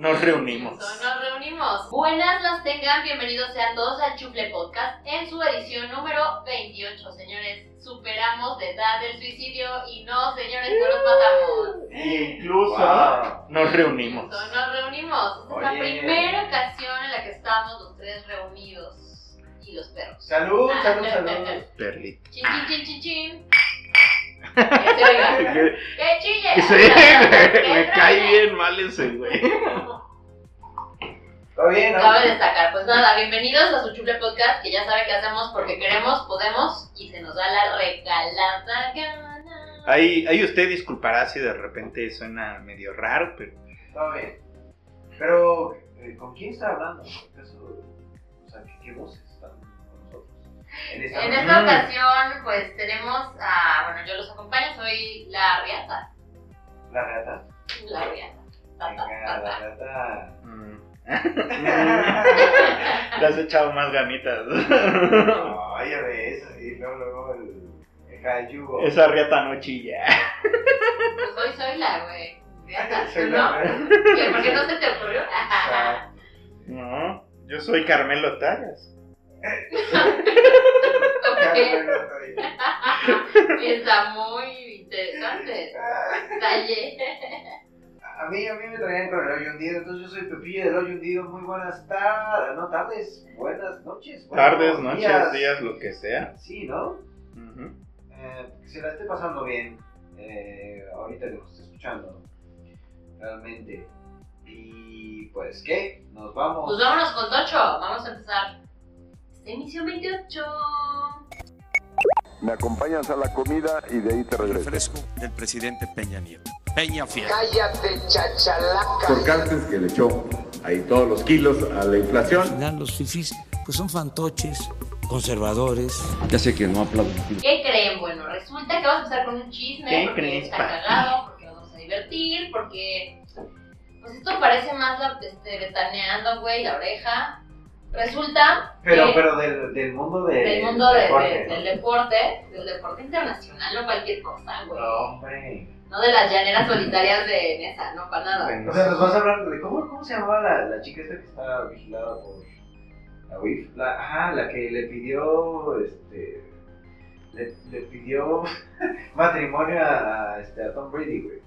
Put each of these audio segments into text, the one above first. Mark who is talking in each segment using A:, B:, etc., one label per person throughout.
A: Nos reunimos.
B: Nos reunimos. Buenas las tengan, bienvenidos sean todos al Chufle Podcast en su edición número 28, señores. Superamos la edad del suicidio y no, señores, no nos matamos.
A: Incluso nos reunimos.
B: No, Nos reunimos. Esta es la
A: Oye.
B: primera ocasión en la que estamos los tres reunidos y los perros.
A: Salud, salud, salud. Perlito.
B: Chin, chin, chin, chin, chin. Que se oiga.
A: Que-
B: ¡Que chille!
A: que se- güey,
B: Que
A: Me cae
B: truene.
A: bien mal ese güey. Está bien,
B: Cabe destacar, pues nada, bienvenidos a su chuple podcast que ya sabe que hacemos porque queremos, podemos y se nos da la regalada gana.
A: Ahí, ahí usted disculpará si de repente suena medio raro, pero.
C: Está bien. Pero, eh, ¿con quién está hablando? ¿Acaso, o sea, ¿qué, qué voces están con nosotros? En
B: En
C: mañana.
B: esta ocasión, pues tenemos a. Bueno, yo los acompaño, soy la Riata.
C: La rata.
B: La Riata. Ta, ta,
C: Venga,
B: ta,
C: la
B: ta.
C: rata.
A: mm, Le has echado más ganitas.
C: Ay, ya ves, así, luego, luego el, el cayugo.
A: Esa riata no chilla.
B: Pues hoy soy la, güey. Riata,
C: Soy
B: ¿no?
C: la rata.
B: ¿Qué, ¿Por qué no se te ocurrió?
C: Ah.
A: No, yo soy Carmelo Tallas.
B: Ok.
C: Ah,
B: Está muy interesante. Talle.
C: A mí, a mí me traían con el hoyo hundido, entonces yo soy Pepillo del hoyo hundido. Muy buenas tardes, no tardes, buenas noches. buenos
A: Tardes, noches, días, lo que sea.
C: Sí, ¿no?
A: Ujú.
C: Eh, que se la esté pasando bien eh, ahorita que nos esté escuchando realmente y pues qué nos
B: Pues
C: vamos
B: vámonos con Tocho, vamos a empezar. Esta emisión 28.
D: Me acompañas a la comida y de ahí te regreso.
E: Fresco del presidente Peña Nieto. Peña Fiel.
F: Cállate, chachalaca.
D: Por Cárdenas que le echó ahí todos los kilos a la inflación.
G: final los fifís pues son fantoches, conservadores.
B: ¿Qué creen? Bueno, resulta que vamos a empezar con un chisme
A: ¿Qué
B: porque
A: crees,
B: está
A: pa?
B: cagado, porque nos vamos a divertir, porque pues esto parece más la este, ventaneando, güey, la oreja. Resulta
C: pero
B: que
C: pero del, del mundo de-
B: Pues, del mundo de- de-
C: deporte, ¿no?
B: del deporte, del deporte internacional, no cualquier cosa, güey.
C: No, hombre
B: No de las llaneras solitarias de Nesa, no para nada.
C: o sea nos vas a hablar de cómo, cómo se llamaba la, la chica esta que estaba vigilada por la WIF la, ajá la que le pidió este le, le pidió matrimonio a, a, este, a Tom Brady güey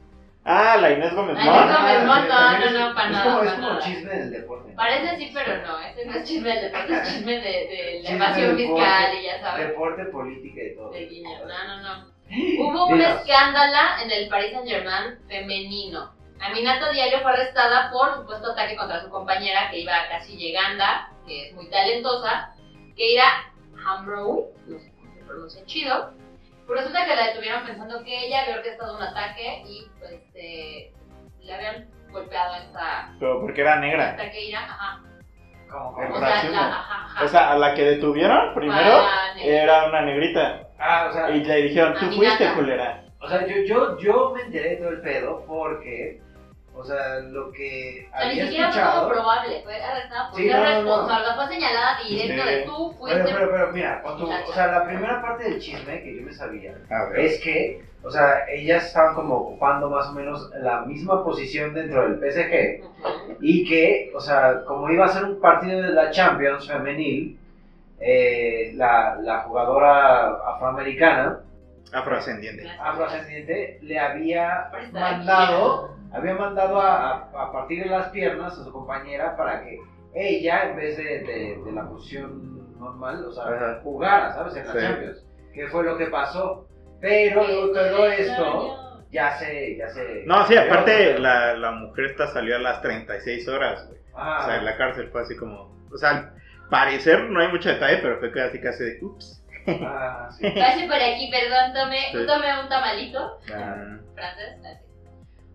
A: Ah, la Inés Gómez
B: Ay,
A: Mora.
B: no, Gómez
C: sí,
B: Mora, no,
C: también
B: no,
C: es-
B: para
C: es
B: nada,
C: como, es
B: para
C: como
B: nada.
C: chisme del deporte
B: Parece sí, pero no, ese no es chisme del deporte, es chisme de, de la
C: Chisme
B: evasión
C: del
B: fiscal
C: deporte.
B: y ya sabes.
C: Deporte, política y todo.
B: De guiño, no, no, no. Hubo un escándalo en el Paris Saint Germain femenino. Aminata Diario fue arrestada por supuesto ataque contra su compañera que iba casi llegando, que es muy talentosa, que era Hambrow, no sé cómo se pronuncia chido. Pues resulta que la detuvieron pensando que ella había orquestado un ataque y pues este, le habían golpeado a esta,
A: Pero porque era
B: a
A: negra.
B: esta que era, ajá.
C: Como que-
A: El
B: O sea,
A: racismo.
B: la, ajá, ajá.
A: O sea, a la que detuvieron primero
C: eh,
B: Para negar.
A: era una negrita.
C: Ah, o sea,
A: Y le dijeron, tú
B: Aminata.
A: fuiste culera.
C: o sea, yo, yo, yo me enteré de todo el pedo porque, o sea, lo que
B: O sea, ni
C: había
B: siquiera fue como
C: escuchado.
B: probable, fue arrestada por
C: Sí,
B: ser
C: no, no, no.
B: responsable, fue señalada directo
A: Sí.
B: de tú
C: Pero,
B: fuiste
C: pero, pero mira, cuando- o sea, la primera parte del chisme que yo me sabía
A: A
C: es que, o sea, ellas estaban como ocupando más o menos la misma posición dentro del PSG.
B: Ujú.
C: y que, o sea, como iba a ser un partido de la Champions femenil, eh, la, la jugadora afroamericana,
A: Afroascendiente.
C: afrodescendiente, le había
B: Presta
C: mandado, había mandado a, a- a partir de las piernas a su compañera para que ella, en vez de, de- de la posición normal, o sea,
A: Ajá.
C: jugara, ¿sabes? En la
A: Sí.
C: Champions, que fue lo que pasó. Pero luego todo esto ya se, ya se...
A: No, sí, aparte la, la mujer esta salió a las 36 horas, güey.
C: Ah.
A: O sea, en la cárcel fue así como... O sea, al parecer no hay mucho detalle, pero fue casi casi de... Ups.
C: Ah, sí.
B: Pase por aquí, perdón, tome,
A: Sí.
B: tome un tamalito
A: Ah,
B: francés. así.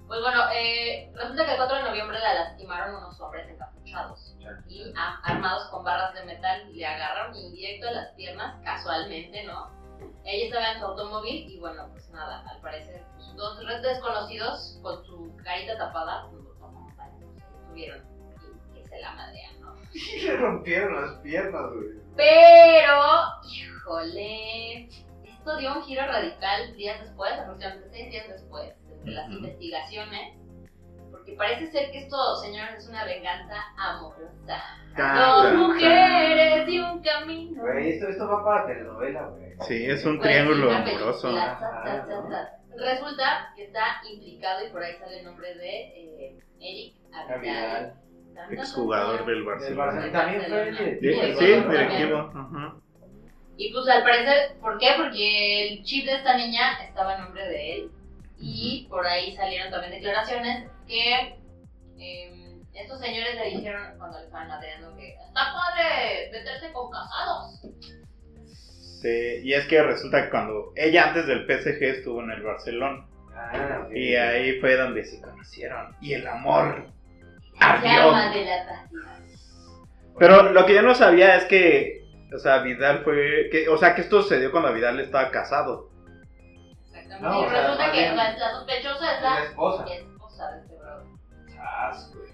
B: Pues bueno, eh, resulta que el 4 de noviembre la lastimaron unos hombres en capucha. encapuchados y a- armados con barras de metal. Le agarraron indirecto a las piernas, casualmente, ¿no? Ella estaba en su automóvil y bueno, pues nada, al parecer, pues, dos red desconocidos con su carita tapada, pues, no, no, no, no, se detuvieron y que se la madrean, ¿no?
C: Y le rompieron las piernas, güey.
B: Pero, híjole, esto dio un giro radical días después, aproximadamente seis días después de las
H: Ujú.
B: investigaciones, porque parece ser que esto, señores, es una venganza amorosa.
H: Tan,
B: Dos
H: tan,
B: mujeres y un camino.
C: Güey, esto, esto va para telenovela, güey.
H: tan. Sí, es un
B: Pues,
H: triángulo
B: una película,
H: amoroso. Ah,
B: ta, ta, ta, ta. Resulta que está implicado y por ahí sale el nombre de eh, Eric Abidal.
C: Abidal.
H: Exjugador del
C: Del
H: Barcelona.
C: Barcelona también fue el
H: Sí,
C: directivo. del
H: sí,
C: Barcelona.
H: directivo. ajá.
B: Y pues al parecer, ¿por qué? Porque el chip de esta niña estaba en nombre de él. Y por ahí salieron también declaraciones que eh, estos señores le dijeron cuando le estaban materiando que está padre meterse con casados.
H: Sí, y es que resulta que cuando ella antes del PSG estuvo en el Barcelona
C: Ah, ok.
H: y ahí fue donde se conocieron y el amor Ah,
B: Llama
H: ardió.
B: de la pasión.
H: Pero lo que yo no sabía es que, o sea, Vidal fue, que, o sea, que esto sucedió cuando Vidal estaba casado.
B: Exactamente.
C: No,
B: y
C: o sea,
B: resulta
C: más
B: que
C: bien-
B: la, la sospechosa
C: Es
B: es
C: la
B: la
C: esposa.
B: esposa de este brother.
C: Chas, güey.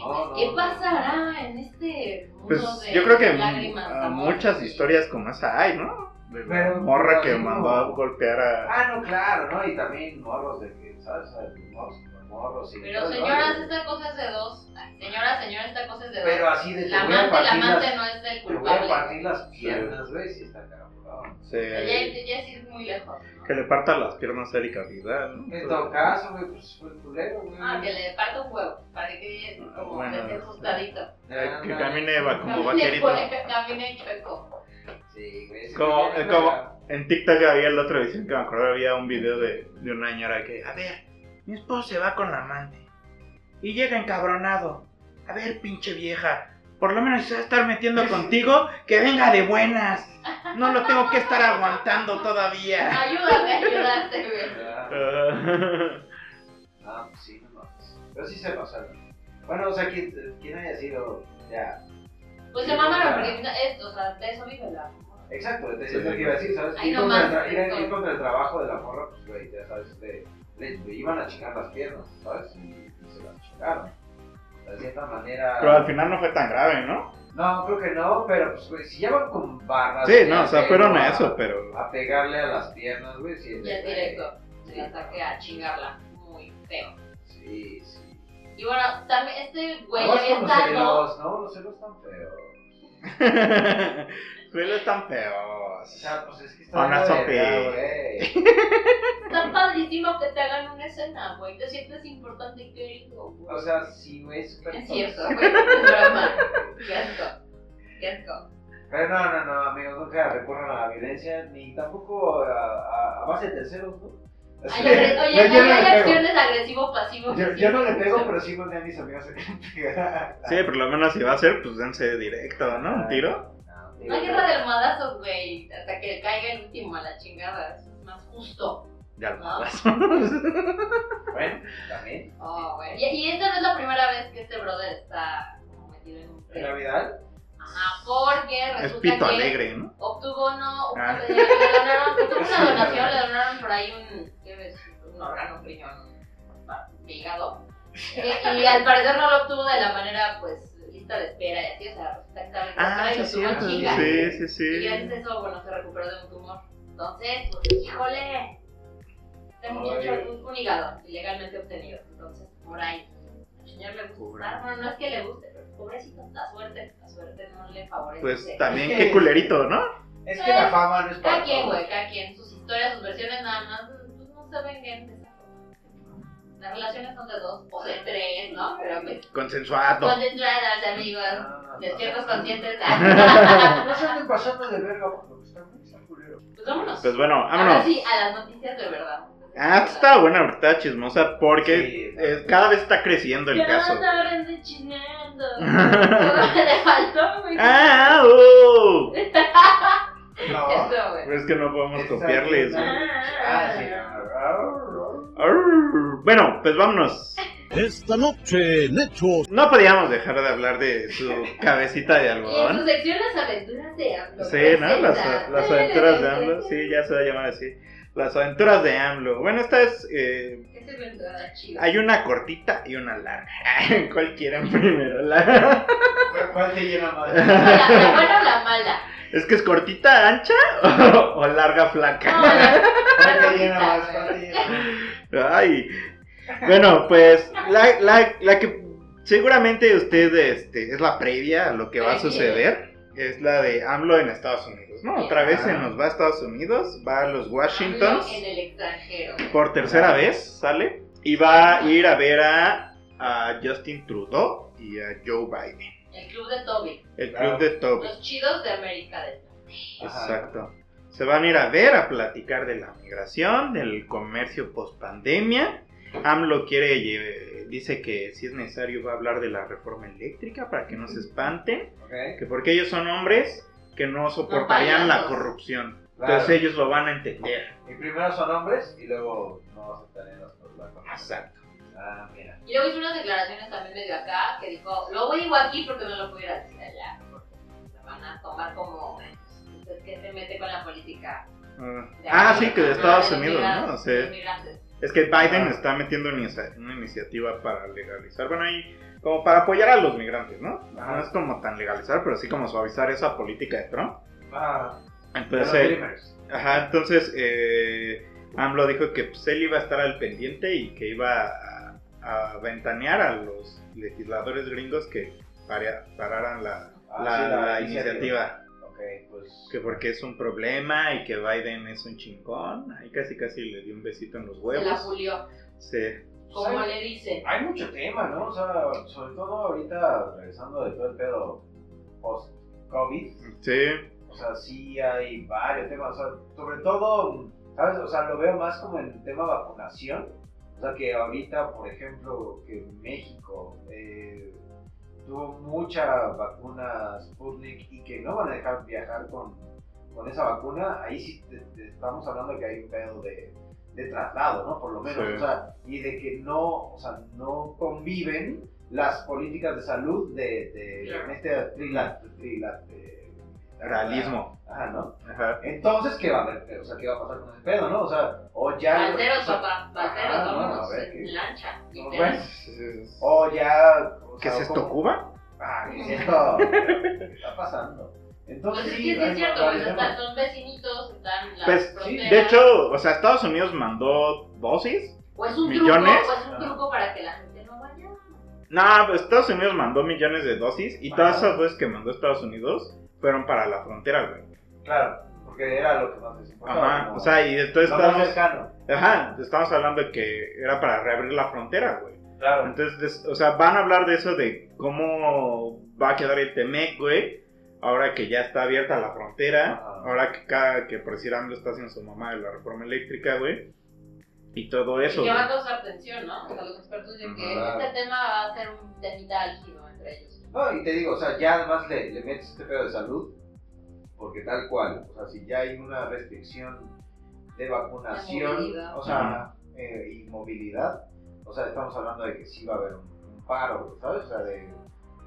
C: No, no,
B: ¿Qué
C: no.
B: pasará en este mundo
H: Pues
B: de
H: yo creo que
B: lágrimas,
H: ah,
B: amor
H: muchas
B: y-
H: historias como esa hay, ¿no? De la
C: Pero-
H: morra
C: pero
H: que
C: así
H: mandó
C: como-
H: a golpear a...
C: Ah, no, claro, ¿no? Y también morros de que, ¿sabes? O sea, morros, morros y
B: Pero
C: todo, ¿no?
B: señoras, esta cosa es de dos. Ay, Señora, señora, esta cosa es de
C: Pero
B: dos.
C: así de
B: La
C: te voy a
B: amante, la
C: partir
B: amante
C: las-
B: no es el
C: Te voy a
B: culpable.
C: partir las piernas, güey, si está cabrón.
B: Ya,
H: se-
B: ya ya sí es muy lejos. ¿no?
H: que le parta las piernas a Erika Vidal. ¿no?
C: En todo caso, güey, pues fue culero, güey.
B: Ah, que le parta un huevo para que ella como
H: Bueno,
B: esté ajustadito.
H: Eh, que camine va- como
B: Camine
H: vaquerito.
B: chueco, Camine chueco.
C: Sí, güey. ese
H: Como-
C: güey,
H: eh,
C: güey,
H: como-
C: era-
H: En TikTok había la otra vez que me acuerdo, había un video de, de una señora que, a ver, mi esposo se va con la amante y llega encabronado. A ver, pinche vieja, por lo menos si se va a estar metiendo contigo, que venga de buenas. No lo tengo que estar aguantando todavía.
B: Ayúdame, ayudaste, güey.
C: era-
H: Ah,
C: Ah, pues sí, no mames. Pero sí se pasaron. Bueno, o sea, quien, quien haya sido, ya.
B: Pues se mamaron porque esto, o sea, de eso vive la.
C: Exacto, te
H: Sí.
C: es lo que iba a decir, ¿sabes?
B: Ay,
C: ir,
B: no
C: contra el
B: más,
C: tra- ir en-
B: esto.
C: ir contra el trabajo de la morra, pues, güey, ya sabes, le, le, le iban a chingar las piernas, ¿sabes? Y, y se las chingaron. De cierta manera.
H: Pero al final no fue tan grave, ¿no?
C: No, creo que no, pero pues, güey, si ya van con barras.
H: Sí,
C: güey,
H: no, o sea,
C: a-
H: fueron a eso, pero...
C: A pegarle a las piernas, güey, sí.
B: Ya es
C: güey,
B: directo. Se
C: Sí.
B: la saqué a chingarla. Muy feo.
C: Sí, sí.
B: Y bueno, también este güey
C: Además,
B: había
C: con los
B: estado.
C: celos, ¿no? Los celos tan feos.
H: Suelos tan
C: O
H: feos.
C: sea, pues es que
H: Con la
C: está de
H: sope.
C: verga, güey.
B: Está padrísimo que te hagan una escena, güey. Te sientes importante y querido, güey.
C: O sea, sí, güey, es súper
B: Es cierto,
C: tóxico.
B: güey, es broma. Qué asco. Qué asco.
C: Pero Eh, no, no, no, amigos, nunca recurran a la violencia, ni tampoco a, a, a base de terceros, ¿no?
B: Hay
C: Así-
B: agre- Oye,
C: No, yo no
B: hay
C: le pego.
B: acciones agresivo-pasivo.
C: Yo, yo no le pego, pero sí mandé a mis amigos a que me pegaran.
H: Sí, por lo menos si va a ser, pues dense directo, ¿no? Un tiro.
C: No,
B: No hay guerra de almohadazos, güey. Hasta que caiga el último a la chingada. Eso Es más justo.
H: De almohadas.
C: Bueno, también.
B: Oh, güey. Y, y esta no es la primera vez que este brother está como metido en un
C: En
B: pedo.
C: Navidad.
B: Ajá, porque
H: Es
B: resulta
H: pito
B: que
H: alegre, ¿no?
B: obtuvo no,
H: Ah.
B: le, le donaron, obtuvo una donación, le donaron por ahí un, ¿qué ves? un órgano, un riñón, un pa- hígado. Eh, y al parecer no lo obtuvo de la manera, pues, lista de espera y así, o sea, resulta que estaba en
H: Ah, sí,
B: lo
H: es
B: obtuvo
H: cierto.
B: chica.
H: Sí, sí,
B: Y
H: sí.
B: gracias a eso, bueno, se recuperó de un tumor. Entonces, pues, híjole, este muchacho
C: Ay.
B: es un hígado ilegalmente obtenido. Entonces, por ahí, al señor le gusta, bueno, no es que le guste, pero pobrecito, la suerte, la suerte no le favorece.
H: Pues también, qué culerito, ¿no?
C: Es que la fama no es para
B: Cada quien,
C: todos.
B: güey, cada quien. Sus historias, sus versiones, nada más. pues, No se vengan de esa forma. Las relaciones son de dos o de tres, ¿no? Pero pues,
H: Consensuado.
B: concentradas, amigos.
C: Ah,
B: Despiertos
C: no.
B: conscientes. ah.
C: No se anden pasando de verga, porque está muy está culero.
B: Pues vámonos.
H: Pues bueno,
B: Ahora
H: vámonos.
B: sí, a las noticias de verdad.
H: Ah, esta está buena ahorita chismosa porque
C: Sí,
H: eh, cada vez está creciendo el
B: Ya
H: caso.
B: no saben de chismeando. Le faltó, güey.
H: ¡Ah! ¡Oh!
C: No.
B: Eso, güey.
H: Es que no podemos copiarles.
C: Ah, sí.
H: Arr, Bueno, pues vámonos.
I: Esta noche en Hechos.
H: No podíamos dejar de hablar de su cabecita de
B: Y en su
H: algodón.
B: sección Las aventuras de AMLO.
H: Sí, ¿no? Las,
B: presenta-
H: las aventuras de AMLO. Sí, ya se va a llamar así. Las aventuras de AMLO. Bueno, esta es. eh,
B: Esa aventura chida.
H: hay una cortita y una larga. ¿Cuál quieren primero? La-
C: ¿Cuál te llena más?
B: La, la buena o la mala.
H: ¿Es que es cortita, ancha o larga, flaca?
B: No, la,
C: ¿Cuál te llena más? ¿Cuál te llena más?
H: Ay. Bueno, pues la, la- la que seguramente usted este, es la previa a lo que va a suceder. Es la de AMLO en Estados Unidos. No, otra vez se nos va a Estados Unidos, va a los Washingtons
B: AMLO en el extranjero.
H: por tercera vez, sale. Y va a ir a ver a, a Justin Trudeau y a Joe Biden.
B: El club de Toby.
H: El
C: Claro.
H: club de Toby.
B: Los chidos de América del Norte.
C: Ajá.
H: Exacto. Se van a ir a ver, a platicar de la migración, del comercio post pandemia. AMLO quiere, lle- dice que si es necesario va a hablar de la reforma eléctrica para que no se espanten,
C: Ok.
H: que porque ellos son hombres que no soportarían la
B: payasos.
H: corrupción.
C: Claro.
H: Entonces ellos lo van a entender.
C: Y primero son hombres y luego no aceptaré los por la
H: Exacto.
C: Ah, mira.
B: Y luego hizo unas declaraciones también medio acá que dijo, lo digo aquí porque no lo pudiera decir allá. Porque la van a tomar como pues, que se mete con la política.
H: Ah,
B: de
H: Ah,
B: aquí,
H: sí, que de
B: ¿no?
H: Estados
B: los
H: Unidos,
B: migrantes,
H: ¿no? O
B: los
H: sea,
B: migrantes.
H: es que Biden
C: Ah.
H: está metiendo una, inicia- una iniciativa para legalizar, bueno, ahí como para apoyar a los migrantes, ¿no? No
C: Ajá.
H: es como tan legalizar, pero sí como suavizar esa política de Trump.
C: Ah,
H: Entonces,
C: los
H: él-
C: dreamers.
H: ajá, entonces eh, AMLO dijo que pues, él iba a estar al pendiente y que iba a, a ventanear a los legisladores gringos que para- pararan la,
C: Ah,
H: la-
C: sí, la
H: la
C: iniciativa.
H: iniciativa.
C: Ok, pues.
H: Que porque es un problema y que Biden es un chingón. Ahí casi casi le dio un besito en los
B: Se la
H: huevos.
B: pulió,
H: Sí.
B: como
C: Sí.
B: le dicen.
C: pues Hay mucho tema, ¿no? O sea, sobre todo ahorita, regresando de todo el pedo post-COVID,
H: Sí.
C: o sea, sí hay varios temas, o sea, sobre todo, ¿sabes? O sea, lo veo más como en tema vacunación, o sea, que ahorita, por ejemplo, que México eh, tuvo mucha vacuna Sputnik y que no van a dejar viajar con, con esa vacuna, ahí sí te- te estamos hablando que hay un pedo de, de traslado, ¿no? Por lo menos,
H: Sí.
C: o sea, y de que no, o sea, no conviven las políticas de salud de, de
B: Claro.
C: en este eh, trilate, trilate,
H: Realismo.
C: Ajá, ¿no?
H: Ajá.
C: Entonces, ¿qué va a haber? O sea, ¿qué va a pasar con ese pedo, no? O sea, o ya... o
B: Balteros,
C: sea,
B: papá, balteros,
C: ah, no,
B: vámonos
C: a ver,
B: en
C: que-
B: lancha.
C: no,
B: literal.
C: bueno.
H: Oh,
C: O ya... o
H: ¿Qué
C: sea,
H: es esto,
C: ¿cómo?
H: Cuba?
C: Ah, ¿qué es esto? ¿Qué está pasando? Entonces,
B: Pues es que
C: sí,
B: sí es
C: hay
B: cierto,
C: varios
B: pues
C: temas.
B: están, son vecinitos, están las
H: Pues,
C: sí,
B: fronteras.
H: De hecho, o sea, Estados Unidos mandó dosis
B: o es un
H: millones.
B: truco, o es un truco para que la gente no vaya.
H: No, pues Estados Unidos mandó millones de dosis y todas
C: Ajá.
H: esas dosis que mandó Estados Unidos fueron para la frontera, güey.
C: Claro, porque era lo que más les importaba.
H: Ajá,
C: ¿no?
H: o sea, y entonces
C: lo más
H: estamos,
C: cercano.
H: ajá, estamos hablando de que era para reabrir la frontera, güey.
C: Claro.
H: Entonces, des- o sea, van a hablar de eso de cómo va a quedar el Temec, güey, ahora que ya está abierta la frontera,
C: Ajá.
H: ahora que cada que por decir AMLO está haciendo su mamá de la reforma eléctrica, güey, y todo eso.
B: y que
H: güey.
B: va a causar tensión, ¿no? O sea, los expertos dicen que
C: Ajá.
B: este tema va a ser un temita álgido entre ellos.
C: No, y te digo, o sea, ya además le, le metes este pedo de salud, porque tal cual, o sea, si ya hay una restricción de
B: De
C: vacunación,
B: movilidad.
C: o sea, eh, y movilidad, o sea, estamos hablando de que sí va a haber un, un paro, ¿sabes? O sea, de,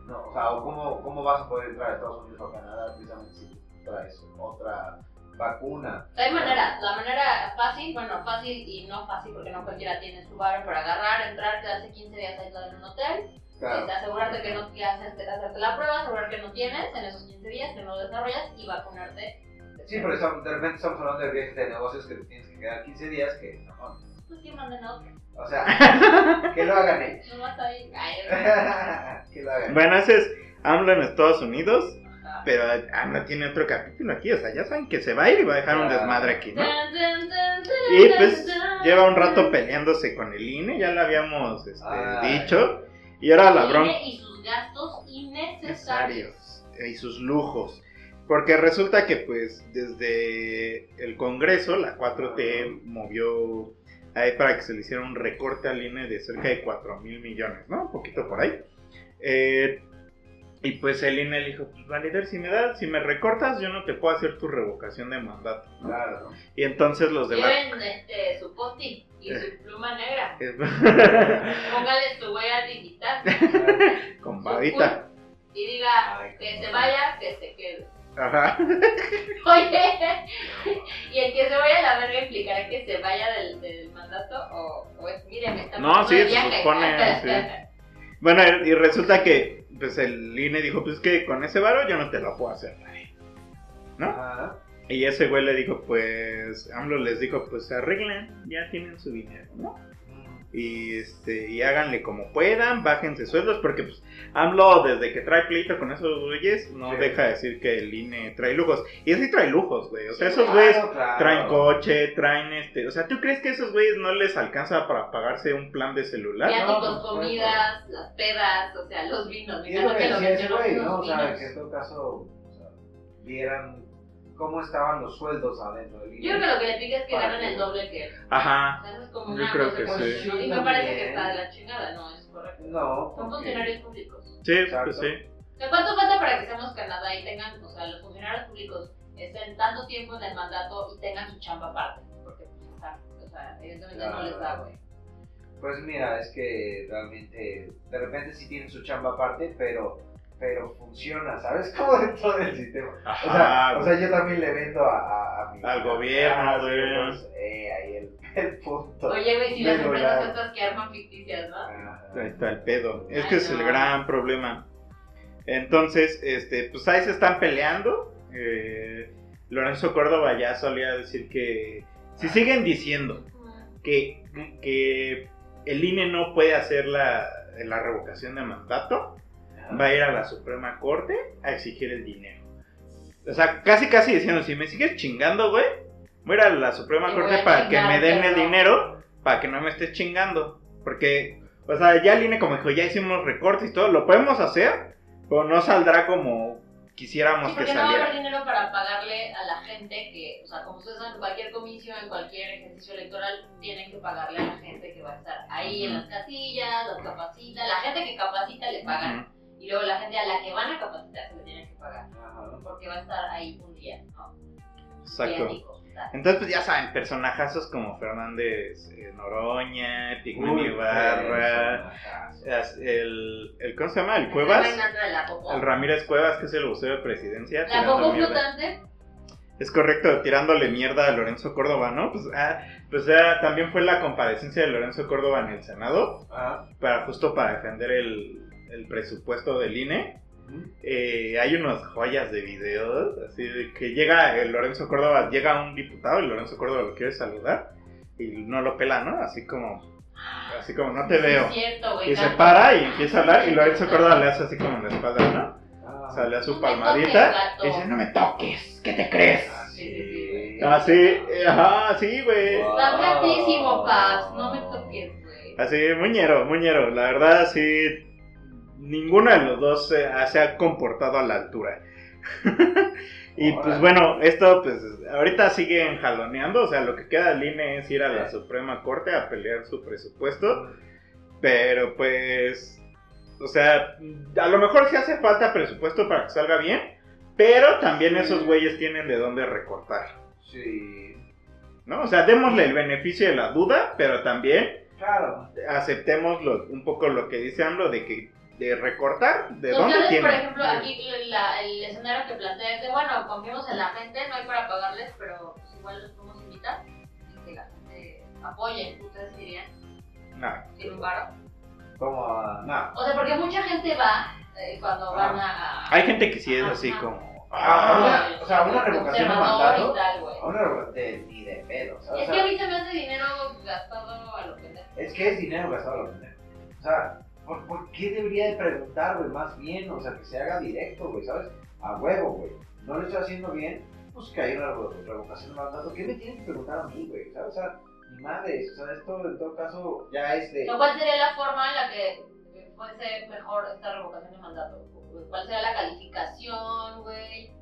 C: no, o sea, o cómo, cómo vas a poder entrar a Estados Unidos o a Canadá precisamente si traes otra vacuna.
B: Hay maneras, la manera fácil, bueno, fácil y no fácil porque no cualquiera tiene su bar para agarrar, entrar, quedarse 15 días aislado en un hotel,
C: Claro.
B: este, asegurarte que no te haces, hacerte la prueba, asegurar que no tienes en esos 15 días, que no desarrollas y vacunarte.
C: Sí, pero estamos- de repente estamos hablando de viajes de negocios que te tienes que quedar 15 días, que no mames.
B: Pues que manden a otro,
C: O sea, que lo hagan ellos.
B: no vas a ir. Ay,
C: que lo hagan.
H: Bueno, ese es AMLO en Estados Unidos.
B: ajá.
H: Pero AMLA tiene otro capítulo aquí, o sea, ya saben que se va a ir y va a dejar un
C: Ya.
H: desmadre aquí, ¿no?
B: Tan, tan, tan, tan,
H: Y pues
B: tan,
H: lleva un rato peleándose con el INE, ya lo habíamos este,
C: Ay.
H: dicho. Y ahora la
B: INE
H: bronca.
B: Y sus gastos innecesarios.
H: Necesarios y sus lujos. Porque resulta que, pues, desde el Congreso, la 4T movió ahí para que se le hiciera un E recorte al INE de cerca de 4 mil millones, ¿no? Un poquito por ahí. Eh, Y pues el INE le dijo, pues valedor, si me das, si me recortas, yo no te puedo hacer tu revocación de mandato. ¿no?
C: Claro.
H: Y entonces los de Eh. la...
B: Lleven este, su posti y su pluma negra. Póngale su huella digital.
H: Con
B: su
H: babita.
B: cul, Y diga
C: Ay,
B: que
C: cómo
B: se
C: no.
B: vaya, que se quede.
H: Ajá.
B: Oye, y el que se vaya a la verga implicará que se vaya del, del mandato o, o es, mire, me está
H: No,
B: mandando
H: sí,
B: de
H: se
B: viaje.
H: supone, sí. Bueno, y resulta que pues el INE dijo, pues que con ese varo yo no te la puedo hacer.
C: Ajá.
H: Y ese güey le dijo, pues, AMLO les dijo, pues arreglen, ya tienen su dinero, ¿no? Y, este, y háganle como puedan, bájense sueldos, porque pues AMLO desde que trae pleito con esos güeyes, no
C: Sí.
H: deja de decir que el INE trae lujos. Y sí trae lujos, güey. O sea,
B: Sí,
H: Pues esos
C: Claro,
H: güeyes
C: claro.
H: traen coche, traen este... O sea, ¿tú crees que esos güeyes no les alcanza para pagarse un plan de celular?
B: Ya
C: No,
B: ni con
C: por supuesto.
B: comidas, las pedas, o sea, los vinos.
C: Y es lo que
B: los
C: decía ese güey,
B: los
C: ¿no? O sea,
B: vinos.
C: que en todo caso o sea, vieran cómo estaban los sueldos adentro del
B: Yo creo que lo que le pica es que
C: Para
B: ganan
C: que-
B: el doble que él. O
H: Ajá.
B: sea, eso es como
H: Yo
B: una
H: creo
B: cosa
H: que
B: como-
C: sí.
B: Y me
C: También.
B: parece que está de la chingada, no, es correcto.
C: No,
B: Son
C: porque-
B: funcionarios públicos.
H: Sí,
C: Exacto.
H: pues sí.
B: O sea, ¿cuánto falta para que seamos Canadá y tengan, o sea, los funcionarios públicos estén tanto tiempo en el mandato y tengan su chamba aparte? Porque, pues, está, o sea, evidentemente no
C: Claro.
B: les da, güey.
C: Pues mira, es que realmente, de repente sí tienen su chamba aparte, pero, pero funciona, ¿sabes? Como dentro del sistema. O sea,
H: Ajá,
C: o sea, yo también le vendo a, a, a mi-
H: Ah, Al gobierno,
C: Ah, sí,
H: güey.
C: entonces, eh, ahí el, el punto.
B: Oye, güey, si las
C: Pero
B: empresas
C: ya-
B: estas que arman ficticias, ¿no?
C: Ajá.
H: Ahí está el pedo. Es
B: Ay,
H: que es
B: no.
H: el gran problema. Entonces, este, pues ahí se están peleando. Eh, Lorenzo Córdoba ya solía decir que si siguen diciendo que, que el INE no puede hacer la, la revocación de mandato, va a ir a la Suprema Corte a exigir el dinero. O sea, casi casi diciendo, si me sigues chingando, güey, voy a ir a la Suprema
B: Te voy
H: Corte
B: a
H: para que
B: chingar,
H: me den el
B: perro.
H: dinero, para que no me estés chingando. Porque, o sea, ya el INE como dijo, ya hicimos recortes y todo, lo podemos hacer, pero no saldrá como quisiéramos
B: Sí,
H: que
B: porque no va a
H: saliera.
B: haber dinero para pagarle a la gente que, o sea, como ustedes saben, cualquier comicio, en cualquier ejercicio electoral, tienen que pagarle a la gente que va a estar ahí en las casillas, los capacita, la gente que capacita le pagan,
H: Ujú.
B: y luego la gente a la que van a capacitar se le tienen que pagar,
C: Ajá.
B: porque va a estar ahí un día, ¿no?
H: Exacto.
B: Viáticos, tal.
H: Entonces, pues ya saben, personajazos como Fernández eh, Noroña, Pigmen
C: Uy,
H: Ibarra,
C: personajazo.
H: as- el, el, ¿cómo se llama? El
B: El
H: Cuevas.
B: reinante de la popó.
H: El Ramírez Cuevas, que es el vocero de presidencia.
B: La
H: tirando
B: popó
H: mierda.
B: flotante,
H: Es correcto, tirándole mierda a Lorenzo Córdoba, ¿no? Pues, ah, pues ah, también fue la comparecencia de Lorenzo Córdoba en el Senado,
C: Ah,
H: para justo para defender el, el presupuesto del INE.
C: ujú.
H: Eh, hay unas joyas de videos, así de que llega el Lorenzo Córdoba, llega un diputado y Lorenzo Córdoba lo quiere saludar y no lo pela, ¿no? Así como, así como, no te veo.
B: es cierto, güey.
H: Y se
B: canta.
H: para y empieza a hablar y Lorenzo Córdoba le hace así como en la espalda, ¿no?
C: Ah,
H: O sea, le da
B: No
H: su
B: me
H: palmadita
B: toques, gato.
H: y dice, no me toques, ¿qué te crees?
C: ah,
B: Sí, sí,
C: sí.
H: Así, eh, ajá, sí, güey.
C: Wow.
B: Está flaquísimo, Paps, no me toques, güey.
H: Así, Ah, muñero, muñero. La verdad, sí, ninguno de los dos se, ah, se ha comportado a la altura. y pues
C: Órale.
H: bueno, esto pues ahorita siguen jaloneando, o sea, lo que queda del INE es ir a la Suprema Corte a pelear su presupuesto, pero pues, o sea, a lo mejor sí hace falta presupuesto para que salga bien, pero también esos güeyes tienen de dónde recortar,
C: Sí.
H: ¿no? O sea, démosle el beneficio de la duda, pero también
C: Claro.
H: aceptemos lo- un poco lo que dice AMLO de que de recortar de
B: Entonces,
H: dónde
B: Pues por
H: tiene.
B: ejemplo, aquí la- el escenario que plantea es de, bueno, confiemos en la gente, no hay para pagarles, pero pues, igual los podemos invitar y que la gente apoye. Ustedes dirían,
H: No,
B: sin un paro.
C: Como a-
H: no.
B: O sea, porque mucha gente va eh, cuando van a...
H: Hay gente que sí es así como.
C: Ah,
H: "Ah,
C: una- o sea, una revocación de
B: conservador
C: mandato.
B: y tal, güey.
C: a una de, ni de pedo. ¿sabes?
B: Es
C: O
B: que a
C: sea,
B: mí se me hace dinero gastado a lo que
C: es que es dinero gastado a la pendeja. O sea, ¿por, por qué debería de preguntar, güey? Más bien, o sea, que se haga directo, güey, ¿sabes? A huevo, güey. No lo estoy haciendo bien, pues que hay una revo- revocación de mandato. ¿Qué me tienen que preguntar a mí, güey? ¿Sabes? O sea, ni madres. O sea, esto en todo caso ya es de.
B: Pero, ¿Cuál sería la forma en la que fuese mejor esta revocación de mandato? ¿Cuál sería la calificación, güey?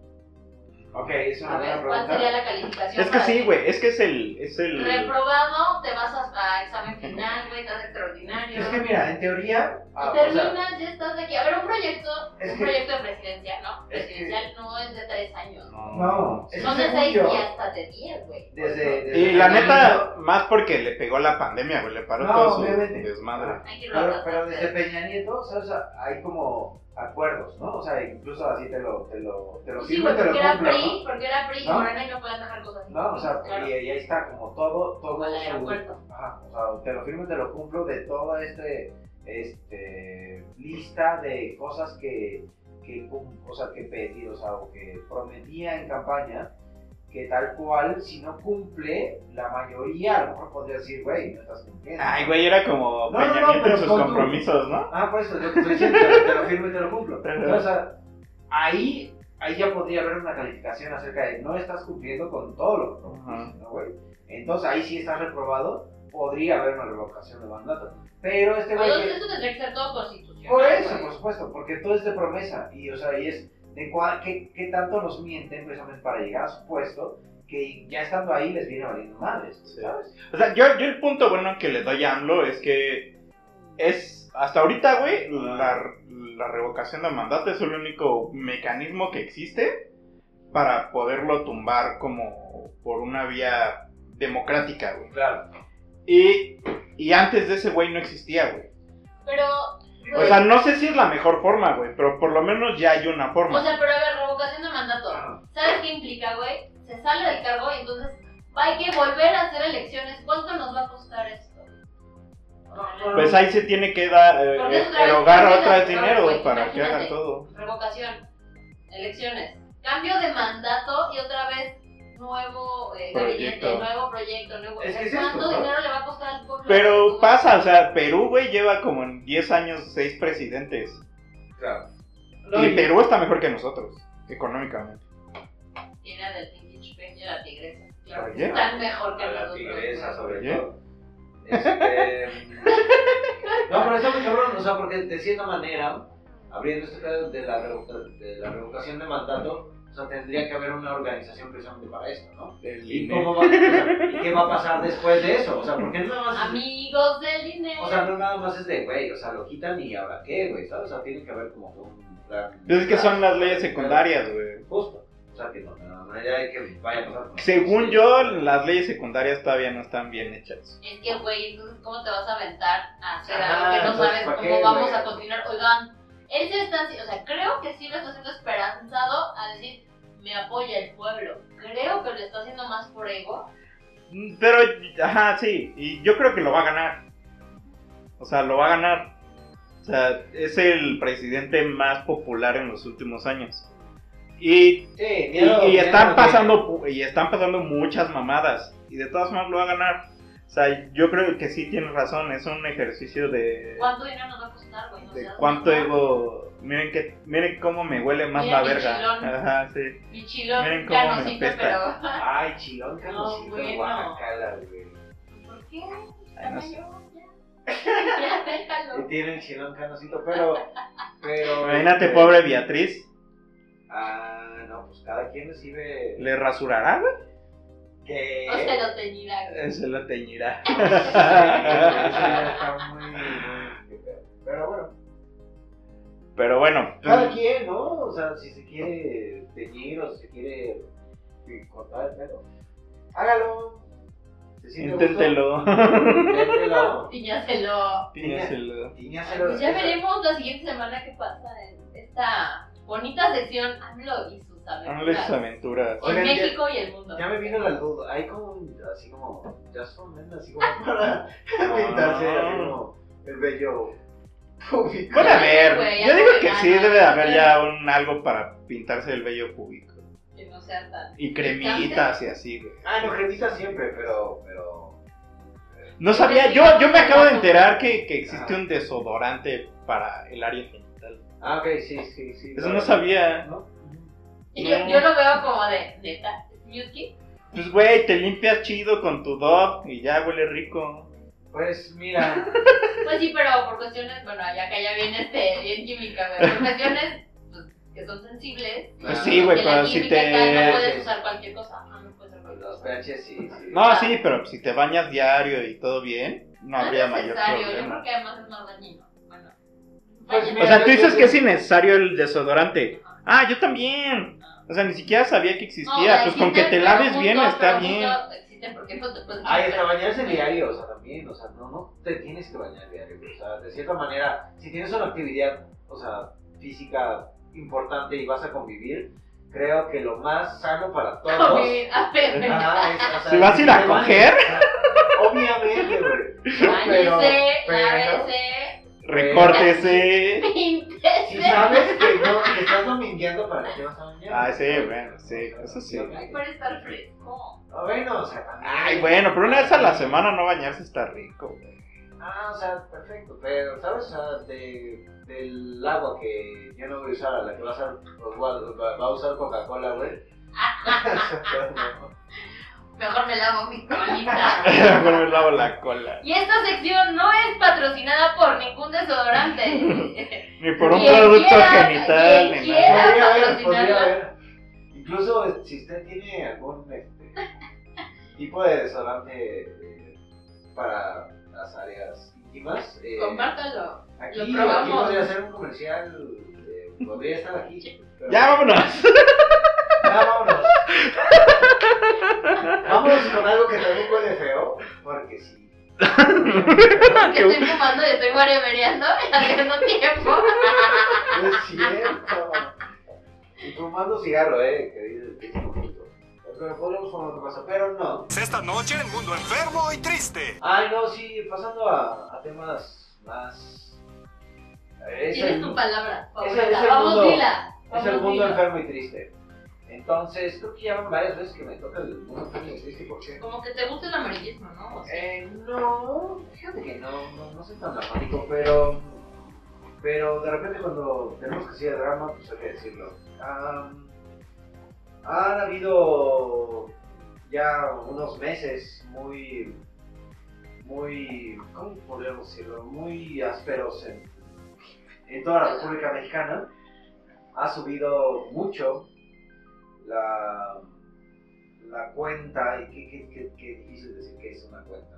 C: Ok, es
B: A
C: una Ah, buena
B: ver, ¿cuál sería
C: pregunta.
B: la calificación?
H: Es que
B: para
H: sí,
B: ti?
H: güey. Es que es el. Es el
B: Reprobado, te vas hasta examen final, güey, estás extraordinario.
C: Es que mira, en teoría. ah, o sea,
B: Terminas, ya estás de aquí. A ver, un proyecto,
C: Es
B: un
C: que-
B: proyecto de presidencia, ¿no?
C: es que-
B: Presidencial no es de tres años.
C: no, es que
B: Son de
C: según
B: seis
C: yo,
B: y hasta de diez, güey.
C: Desde, desde
H: Y la neta, más porque le pegó la pandemia, güey. Le paró
C: No,
H: todo su
C: obviamente.
H: desmadre.
B: Hay que
C: Pero,
B: rotar.
C: pero desde Peña Nieto, o sea, o sea, hay como acuerdos, ¿no? O sea, incluso así te lo, te lo, te lo
B: Sí,
C: firman,
B: güey,
C: te lo
B: porque era
C: cumplen,
B: PRI, porque era PRI,
C: ¿No?
B: Morena y no podían dejar cosas así.
C: ¿no? ¿no? O sea,
B: Claro.
C: y, y ahí está como todo, todo
B: Como el
C: su-
B: aeropuerto.
C: Ajá, o sea, te lo firmo y te lo cumplo de toda este, este, lista de cosas que, que, cum- o sea, que pedí, o sea, o que prometía en campaña, que tal cual, si no cumple, la mayoría a lo mejor podría decir, güey, no estás cumpliendo.
H: Ay, güey, era como
C: No, no,
H: Peña
C: no,
H: Nieto
C: pero
H: en sus
C: pon tú.
H: compromisos, ¿no?
C: Ah, pues eso, yo te estoy diciendo, te, lo firmo y te lo cumplo. Pero, o sea, ahí, ahí ya podría haber una calificación acerca de no estás cumpliendo con todo lo que prometiste, ¿no, güey? Entonces ahí sí estás reprobado, podría haber una revocación de mandato. Pero este güey.
B: Entonces,
C: que-
B: eso tendría que ser todo constitucional.
C: Por eso,
B: güey.
C: por supuesto, porque todo es de promesa. Y, o sea, y es de cua- qué, qué tanto nos mienten precisamente para llegar a su puesto que ya estando ahí les viene valiendo madres, ¿sabes?
H: O sea, yo, yo el punto bueno que le doy a AMLO es que es, hasta ahorita, güey, la, la revocación de mandato es el único mecanismo que existe para poderlo tumbar como por una vía democrática, güey.
C: Claro.
H: Y, y antes de ese güey no existía, güey.
B: Pero,
H: O sea, no sé si es la mejor forma, güey, pero por lo menos ya hay una forma.
B: o sea, pero a ver, revocación de mandato. ¿Sabes qué implica, güey? Se sale del cargo y entonces hay que volver a hacer elecciones. ¿Cuánto nos va a costar esto?
H: pues ahí se tiene que dar, eh,
B: Porque es otra vez-
H: erogar
B: otra vez
H: otra vez
B: la-
H: dinero
B: güey,
H: para que hagan
B: imagínate.
H: todo.
B: Revocación, elecciones, cambio de mandato y otra vez nuevo eh,
H: Proyecto.
B: gabinete, nuevo proyecto, nuevo.
C: Es que es
B: ¿Cuánto
C: esto, ¿no?
B: dinero le va a costar al pueblo?
H: Pero pasa, o sea, Perú, güey, lleva como en 10 años 6 presidentes.
C: Claro.
H: y Perú está mejor que nosotros, económicamente.
B: Era del Tinguich Peña, la tigresa. Claro,
H: Oye.
B: están mejor que
C: a la
B: nosotros,
C: tigresa
B: güey.
C: sobre
H: Oye.
C: todo. Este, no, pero está muy cabrón, o sea, porque de cierta manera, abriendo este pedo de la, revoca- de la revocación de mandato, o sea, tendría que haber una organización precisamente para esto, ¿no? ¿Y, cómo va, o sea, ¿y qué va a pasar después de eso? O sea, porque no nada más...
B: Amigos del dinero.
C: O sea, no nada más es de, güey, o sea, lo quitan y ahora qué, güey, ¿sabes? O sea, tiene que haber como que un plan...
H: Entonces, que son las leyes secundarias, güey.
C: Justo. O sea, que no, no, no, ya hay que vaya a pasar. con-
H: Según yo, las leyes secundarias todavía no están bien hechas.
B: Es que, güey, entonces, ¿cómo te vas a aventar a hacer
C: Ajá,
B: algo que no
C: entonces,
B: sabes
C: ¿pa'
B: cómo
C: qué,
B: vamos
C: güey?
B: a continuar? Oigan, él se está, haci- o sea, creo que sí lo está haciendo esperanzado a decir, me apoya el pueblo. Creo que lo está haciendo más por ego.
H: Mm, Pero, ajá, sí. Y yo creo que lo va a ganar. O sea, lo va a ganar. O sea, es el presidente más popular en los últimos años. Y
C: Sí,
H: Y,
C: miedo-
H: y
C: miedo
H: están
C: no tiene.
H: pasando pu- y están pasando muchas mamadas y de todas formas lo va a ganar. O sea, yo creo que sí tienes razón, es un ejercicio de,
B: ¿Cuánto dinero nos va a costar, güey? No
H: de
B: seas
H: cuánto
B: mamón.
H: ego. Miren que miren cómo me huele más
B: Mira
H: la
B: mi
H: verga.
B: chilón.
H: Ajá, sí.
B: Mi chilo,
H: Miren cómo me
B: canosito, pero...
H: apesta.
C: Ay, chilón,
B: No,
C: Carlosito,
B: güey, no.
C: Guacala, güey.
B: ¿Por qué?
H: Ay, no sé.
B: Ya, ya déjalo.
C: Y tiene el chilón canosito, pero. pero
H: Imagínate,
C: este,
H: pobre Beatriz,
C: Ah, no, pues cada quien recibe.
H: le rasurará, güey?
C: ¿Qué?
B: O sea, lo teñirá, güey.
H: Eh, se la teñirá.
C: Eso ya está muy, muy- Pero bueno,
H: Pues, Pero bueno,
C: cada quien, ¿no? O sea, si se quiere teñir o si se quiere eh, cortar el pelo, hágalo. Se siente gusto,
H: inténtelo.
C: Inténtelo.
B: Tiñáselo.
H: Tíñaselo.
C: Tiñáselo.
B: pues Ya veremos la siguiente semana qué pasa en esta bonita sección AMLO y sus
H: Háganle sus
B: aventuras.
H: aventuras.
B: En
C: Oigan, ya-
B: México y el mundo.
C: Ya me vino la duda, hay como un, así como, just for men, así como para pintarse así como el bello público.
H: Bueno, a ver,
B: Güey,
H: yo
B: algo
H: digo que
B: vegano,
H: sí debe de
B: algo
H: haber ya
B: vegano.
H: un algo para pintarse el vello público.
B: Que no sea tan.
H: Y cremitas y así, güey.
C: Ah, no, cremita siempre, pero, pero,
H: No sabía, yo, yo me acabo de enterar que, que existe un desodorante para el área genital.
C: ah, ok, sí, sí, sí.
H: Eso
C: claro.
H: no sabía.
C: ¿No?
B: Y Yo, yo lo veo como de neta. Yuki,
H: Pues, güey, te limpias chido con tu dog y ya huele rico.
C: Pues mira,
B: Pues sí, pero por cuestiones, bueno, ya que ya viene este, bien química, güey. Por cuestiones pues, que son sensibles.
H: Pues
C: Ah,
H: sí, güey,
B: que
H: pero
B: la
H: si
B: química y tal, no
H: te...
B: puedes usar cualquier cosa. No, no puedes usar
C: pues
B: cualquier
C: los
B: cosa.
C: PH sí, sí.
H: No, sí, pero si te bañas diario y todo bien. no habría
B: no Ah, es
H: mayor
B: necesario, yo
H: problema.
B: creo que además es más dañino. Bueno,
H: Pues,
B: Vaya.
H: o sea, tú dices que es innecesario el desodorante.
B: Ajá.
H: Ah, yo también. O sea, ni siquiera sabía
B: No,
H: que
B: o sea,
H: existía. Pues con que
B: existen,
H: te
B: pero
H: laves bien
B: justo-
H: está
B: pero pues,
H: bien.
B: justo existen porque no te puedes
C: Ay, hasta bañarse diario, o sea, también, o sea, no, no te tienes que bañar diario, güey, o sea, de cierta manera, si tienes una actividad, o sea, física importante y vas a convivir, creo que lo más sano para todos...
B: Convivir. A ver,
C: Ajá, es, o sea,
H: Si vas a ir a
C: te bañes,
H: coger.
C: o sea, Obviamente, güey. pero-
B: Báñese,
C: pero-
B: lávese,
H: Recórtese.
C: Si
B: píntese.
C: sabes que no, que estás domingueando, ¿para qué vas a bañar?
H: Ah, sí, bueno, sí, eso sí.
B: Ay, para estar fresco.
C: Ah, Bueno, o sea, también.
H: Ay, bueno, pero una vez a la semana no bañarse está rico, güey.
C: Ah, o sea, perfecto, pero ¿sabes? O sea, de, del agua que yo no voy a usar, a la que va a usar, pues, va va a usar Coca-Cola, güey.
B: Mejor me lavo mi colita.
H: Mejor me lavo la cola.
B: Y esta sección no es patrocinada por ningún desodorante.
H: Ni por un
B: Quien
H: producto
B: quiera,
H: genital,
B: quien
H: ni nada.
B: quiera.
C: podría haber, podría
B: patrocinarla.
C: haber. Incluso eh, si usted tiene algún este, tipo de desodorante eh, para las áreas íntimas, eh,
B: Compártalo.
C: aquí,
B: lo
C: aquí
B: probamos.
C: podría hacer un comercial, eh, podría estar aquí. pero-
H: Ya vámonos.
C: Ya, vámonos. Vámonos con algo que también huele feo, porque sí.
H: Ah,
B: Porque estoy fumando y estoy guaremereando y haciendo tiempo.
C: No es cierto. Y fumando cigarro, eh, que dice que es poquito. Pero podemos fumar otra cosa, pero no.
E: Esta noche el mundo enfermo y triste.
C: Ay, no, sí, pasando a, a temas más. A ver, es
B: Tienes
C: el,
B: tu palabra
C: es el
B: favorita. Vamos,
C: mundo.
B: dila.
C: es el
B: Vamos,
C: mundo
B: dila.
C: enfermo y triste. Entonces, creo que ya van varias veces que me toca el mundo enfermo y triste, ¿por qué?
B: Como que te gusta el amarillismo, ¿no? O sea,
C: Eh, no, fíjate que no, no, no soy tan dramático, pero. Pero de repente cuando tenemos que hacer drama, pues hay que decirlo. Am, han habido ya unos meses muy. muy. ¿cómo podríamos decirlo? Muy ásperos en, en toda la República Mexicana. Ha subido mucho la la cuenta, y qué, qué, qué- qué difícil decir que es una cuenta,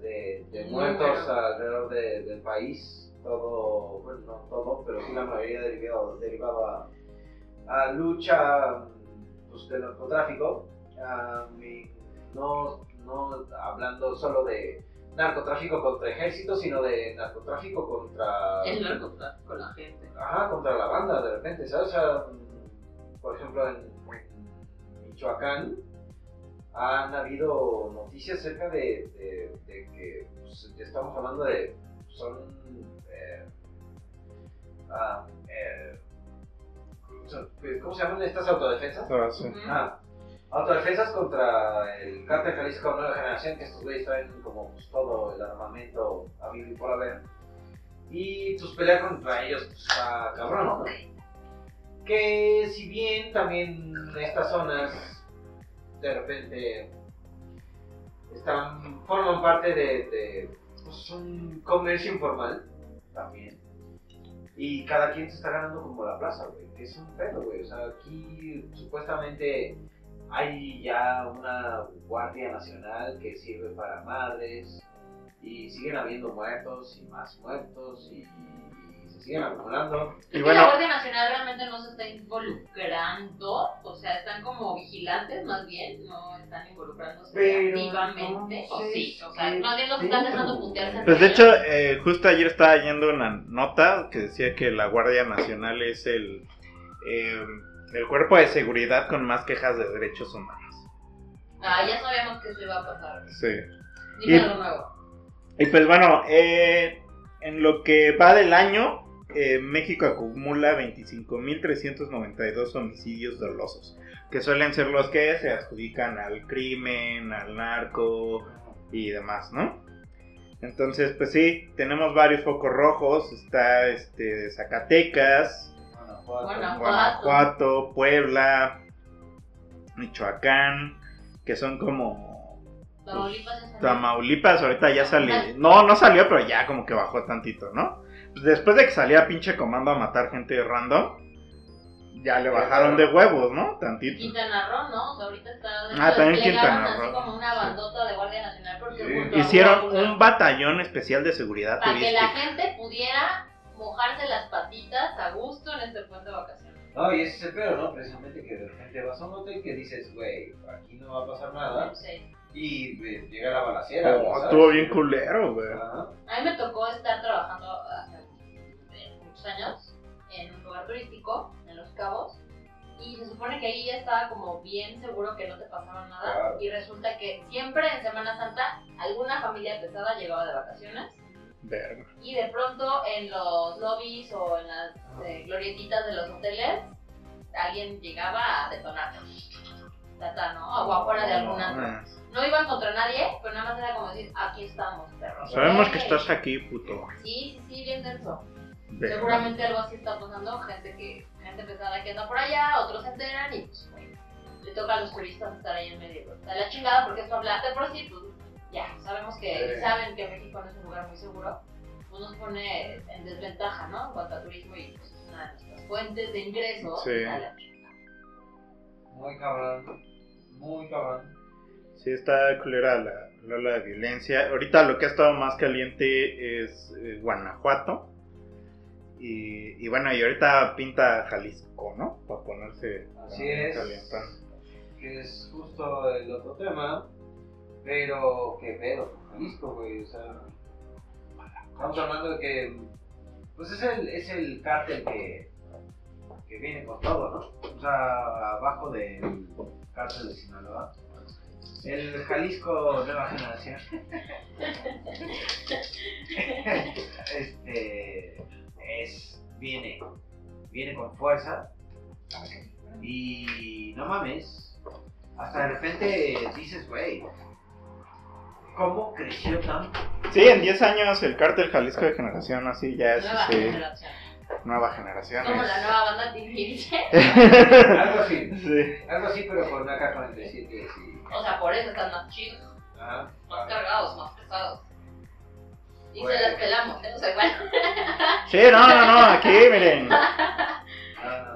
C: de, de muertos alrededor de- del país, todo, bueno, no todo, pero sí la mayoría derivado, derivado a, a lucha pues, del narcotráfico, a mi- no, no hablando solo de narcotráfico contra ejército, sino de narcotráfico contra...
B: el narcotráfico con la gente.
C: Ajá, contra la banda de repente, ¿sabes? O sea, mm, por ejemplo, en en Michoacán han habido noticias acerca de, de- de que pues, ya estamos hablando de. Son. eh, ah, eh, son- ¿Cómo se llaman estas autodefensas?
B: Ujú.
C: Ah, autodefensas contra el cártel Jalisco Nueva Generación, que estos güeyes traen como pues, todo el armamento habido y por haber. Y pues pelear contra ellos pues, está cabrón, ¿no? Que si bien también estas zonas de repente están, forman parte de, de, pues, un comercio informal también. Y cada quien se está ganando como la plaza, güey. que Es un pedo, güey. O sea, aquí supuestamente hay ya una guardia nacional que sirve para madres y siguen habiendo muertos y más muertos y, y se siguen acumulando.
B: Es que
H: bueno-
B: la Guardia Nacional realmente no se está involucrando, o sea, están como vigilantes más bien, no están involucrándose
C: Pero
B: activamente, o sí, o sea,
C: entonces,
B: más bien los están
C: sí.
B: dejando putearse.
H: Pues
B: entre
H: de hecho,
B: ellos.
H: eh, justo ayer estaba yendo una nota que decía que la Guardia Nacional es el, eh, el cuerpo de seguridad con más quejas de derechos humanos.
B: Ah, ya sabíamos que eso iba a pasar.
H: Sí.
B: Dime
H: Y-
B: algo nuevo.
H: Y pues bueno, eh, en lo que va del año, eh, México acumula 25.392 homicidios dolosos, que suelen ser los que se adjudican al crimen, al narco y demás, ¿no? Entonces, pues sí, tenemos varios focos rojos, está este Zacatecas,
B: Guanajuato.
H: Guanajuato, Puebla, Michoacán, que son como
B: Tamaulipas es
H: Tamaulipas ahorita ya salió. No, no salió, pero ya como que bajó tantito, ¿no? Pues después de que salía pinche comando a matar gente random, ya le bajaron de huevos, ¿no? Tantito.
B: Quintana Roo, ¿no? O sea, ahorita está. de
H: Ah,
B: hecho,
H: también
B: desplegaron
H: Quintana
B: Así
H: Roo.
B: como una bandota de Guardia Nacional porque
C: Sí, Sí.
H: Hicieron un batallón especial de seguridad
B: Para que la
H: turística.
B: gente pudiera mojarse las patitas a gusto en este puente de vacaciones.
C: No, y ese es el pedo, ¿no? Precisamente que de repente vas a un hotel que dices, güey, aquí no va a pasar nada.
B: Sí.
C: Y pues, llega la balacera.
H: Oh,
C: ¿sabes?
H: estuvo bien culero, güey.
C: Ajá.
B: A mí me tocó estar trabajando hace eh, muchos años en un lugar turístico, en Los Cabos, y se supone que ahí ya estaba como bien seguro que no te pasaba nada,
C: Claro.
B: y resulta que siempre en Semana Santa alguna familia pesada llegaba de vacaciones,
H: Verga.
B: y de pronto en los lobbies o en las eh, glorietitas de los hoteles alguien llegaba a detonar. Tata, ¿no? O afuera de alguna.
H: Ah,
B: No iban contra nadie, pero nada más era como decir, aquí estamos, perros.
H: Ah, Sabemos
B: Ey.
H: que estás aquí, puto.
B: Sí, sí, sí, bien denso.
H: Verga.
B: Seguramente algo así está pasando, gente que, gente pesada que anda por allá, otros se enteran y pues bueno, le toca a los turistas estar ahí en medio. O sea, la chingada porque eso habla de por sí, pues ya, sabemos que,
C: Sí.
B: saben que México no es un lugar muy seguro, pues nos pone en desventaja, ¿no? En cuanto a turismo y pues es una de nuestras fuentes de ingresos
H: Sí.
B: a la chingada.
C: Muy cabrón. Muy cabrón.
H: Sí, está culera la, la, la violencia. Ahorita lo que ha estado más caliente es eh, Guanajuato. Y, y bueno, y ahorita pinta Jalisco, ¿no? Para ponerse
C: Así
H: eh,
C: es.
H: calentón.
C: Que es justo el otro tema. Pero, qué pedo. con Jalisco, güey. O sea. Estamos hablando de que. Pues es el, es el cártel que. Que viene con todo, ¿no? O sea, abajo del cártel de Sinaloa. El Jalisco Nueva Generación. este es viene viene con fuerza y no mames hasta de repente dices güey cómo creció tanto
H: Sí, en 10 años el cártel Jalisco de generación así ya es
B: Nueva
H: este,
B: generación.
H: nueva generación. ¿eh?
B: Como la nueva banda Timbiriche.
C: algo así
H: Sí.
C: algo así pero con una k 47 sí. Ah,
B: O sea, por eso están más chidos.
C: Ajá.
B: más cargados, más pesados. Y
C: Bueno.
B: se las pelamos, ¿eh? O sea, igual.
H: Sí, no, no, no, aquí miren.
C: Ah,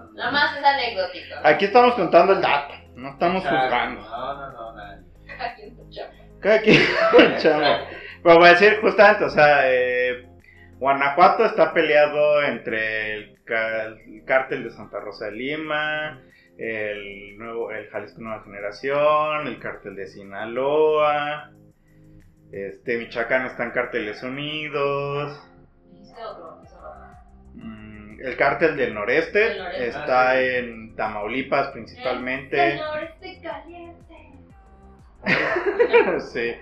C: no,
B: Nada más es anecdótico. ¿no?
H: Aquí estamos contando el dato, no estamos
C: Exacto.
H: juzgando.
C: no no no nadie.
B: Aquí en tu chapa.
H: Cada quien, chamo. Pues voy a decir justamente, o sea, eh, Guanajuato está peleado entre el, ca- el cártel de Santa Rosa de Lima, el nuevo, el Jalisco Nueva Generación, el cártel de Sinaloa, este Michoacán están cárteles unidos,
B: Dijiste otro, ese otro.
H: mm, el cártel del noreste
B: Del noreste. ah, Eh,
H: está en Tamaulipas principalmente,
B: Señor, estoy caliente.
H: sí.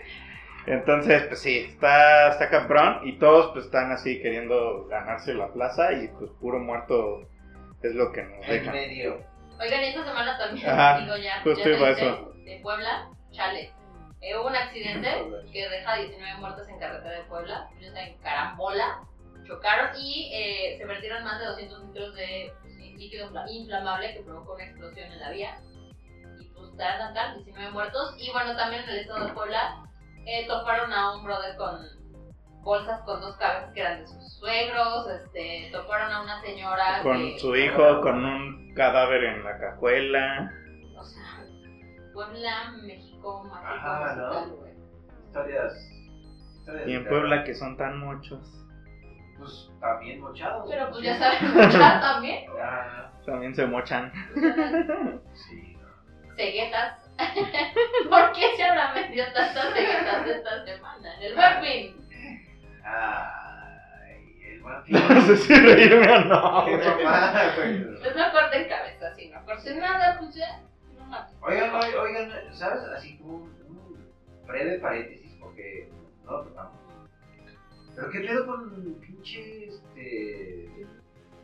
H: Entonces, pues sí, está, está cabrón y todos pues están así queriendo ganarse la plaza y pues puro muerto es lo que nos
C: en
H: dejan.
C: medio
B: Oigan, esta semana también,
H: Ajá,
B: digo ya,
H: justo
B: ya
H: iba a
B: triste,
H: eso.
B: de Puebla, chale. Eh, hubo un accidente que deja 19 muertos en carretera de Puebla, ellos en carambola, chocaron y eh, se vertieron más de 200 litros de pues, líquido infla- inflamable que provocó una explosión en la vía. Y pues, tal, tal, tal, 19 muertos. Y bueno, también en el estado de Puebla eh, toparon a un brother con bolsas con dos cabezas que eran de sus suegros, este, toparon a una señora
H: Con
B: que-
H: su hijo, con un cadáver en la cajuela.
B: o sea, Puebla, México, mágico,
C: Ajá, ¿no?
B: musical, güey.
C: historias historias
H: Y en
C: de
H: Puebla que son tan muchos.
C: terror. pues también mochados
B: Pero pues ya saben escuchar también.
C: Ah,
H: También se mochan.
C: sí
B: Ceguetas. ¿Por qué se habrán vendido tantas ceguetas esta semana? En el
C: Ah.
B: Buen Fin.
C: Ay, el buen fin.
H: No sé si reírme o no.
C: Qué
H: güey.
C: mamada, güey.
B: Pues no corten cabeza, si no corten nada, pues ya. No mames.
C: Oigan, oigan, oigan, ¿sabes? Así como un, un breve paréntesis porque no lo tocamos. Pero qué pedo con pinche este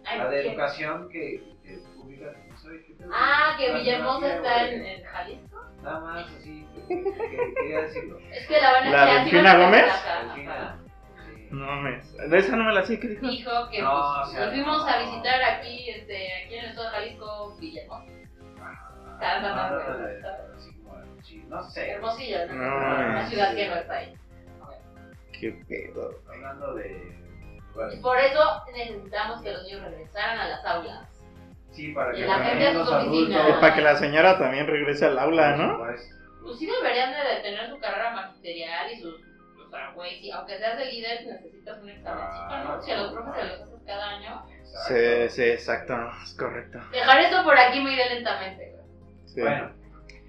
B: Ay,
C: la de
B: ¿quién?
C: educación que, que pública, no sé qué pedo.
B: Ah, que
C: La
B: Villahermosa
C: demografía,
B: está en,
C: güey.
B: en Jalisco.
C: Nada más así, que- que- quería decirlo.
B: Es que la van a
H: ¿La
B: que así
H: Delfina
B: van a
H: Gómez?
B: sacar,
C: Al
B: ajá.
C: final, sí.
H: No mames. De esa no me la sé, ¿qué dijo?
B: Dijo que
C: No,
B: pues,
C: o sea,
B: nos fuimos a
C: no.
B: visitar aquí, este, aquí en el estado de Jalisco, Villahermosa. Está, está, está,
C: Ah,
B: está, está.
C: así como, sí, no sé.
B: Hermosillo, ¿no?
H: No,
B: Una
H: sí.
B: ciudad que no está ahí.
H: Qué pedo.
C: Hablando de
B: Y
C: lugares.
B: por eso necesitamos que los niños regresaran a las aulas.
C: Sí, para
B: Y
C: que
B: la gente a sus oficinas.
H: Y Eh, para que la señora también regrese al aula, ¿no?
C: Pues,
B: Pues sí deberían de tener su carrera magisterial y sus pero güey, si aunque seas el líder, necesitas un examencito,
C: Ah,
B: ¿no? Si a los
C: no,
B: profes se
C: no.
B: los haces cada año.
H: Sí, sí, exacto, es correcto.
B: Dejar eso por aquí muy lentamente, güey.
H: Sí.
C: Bueno,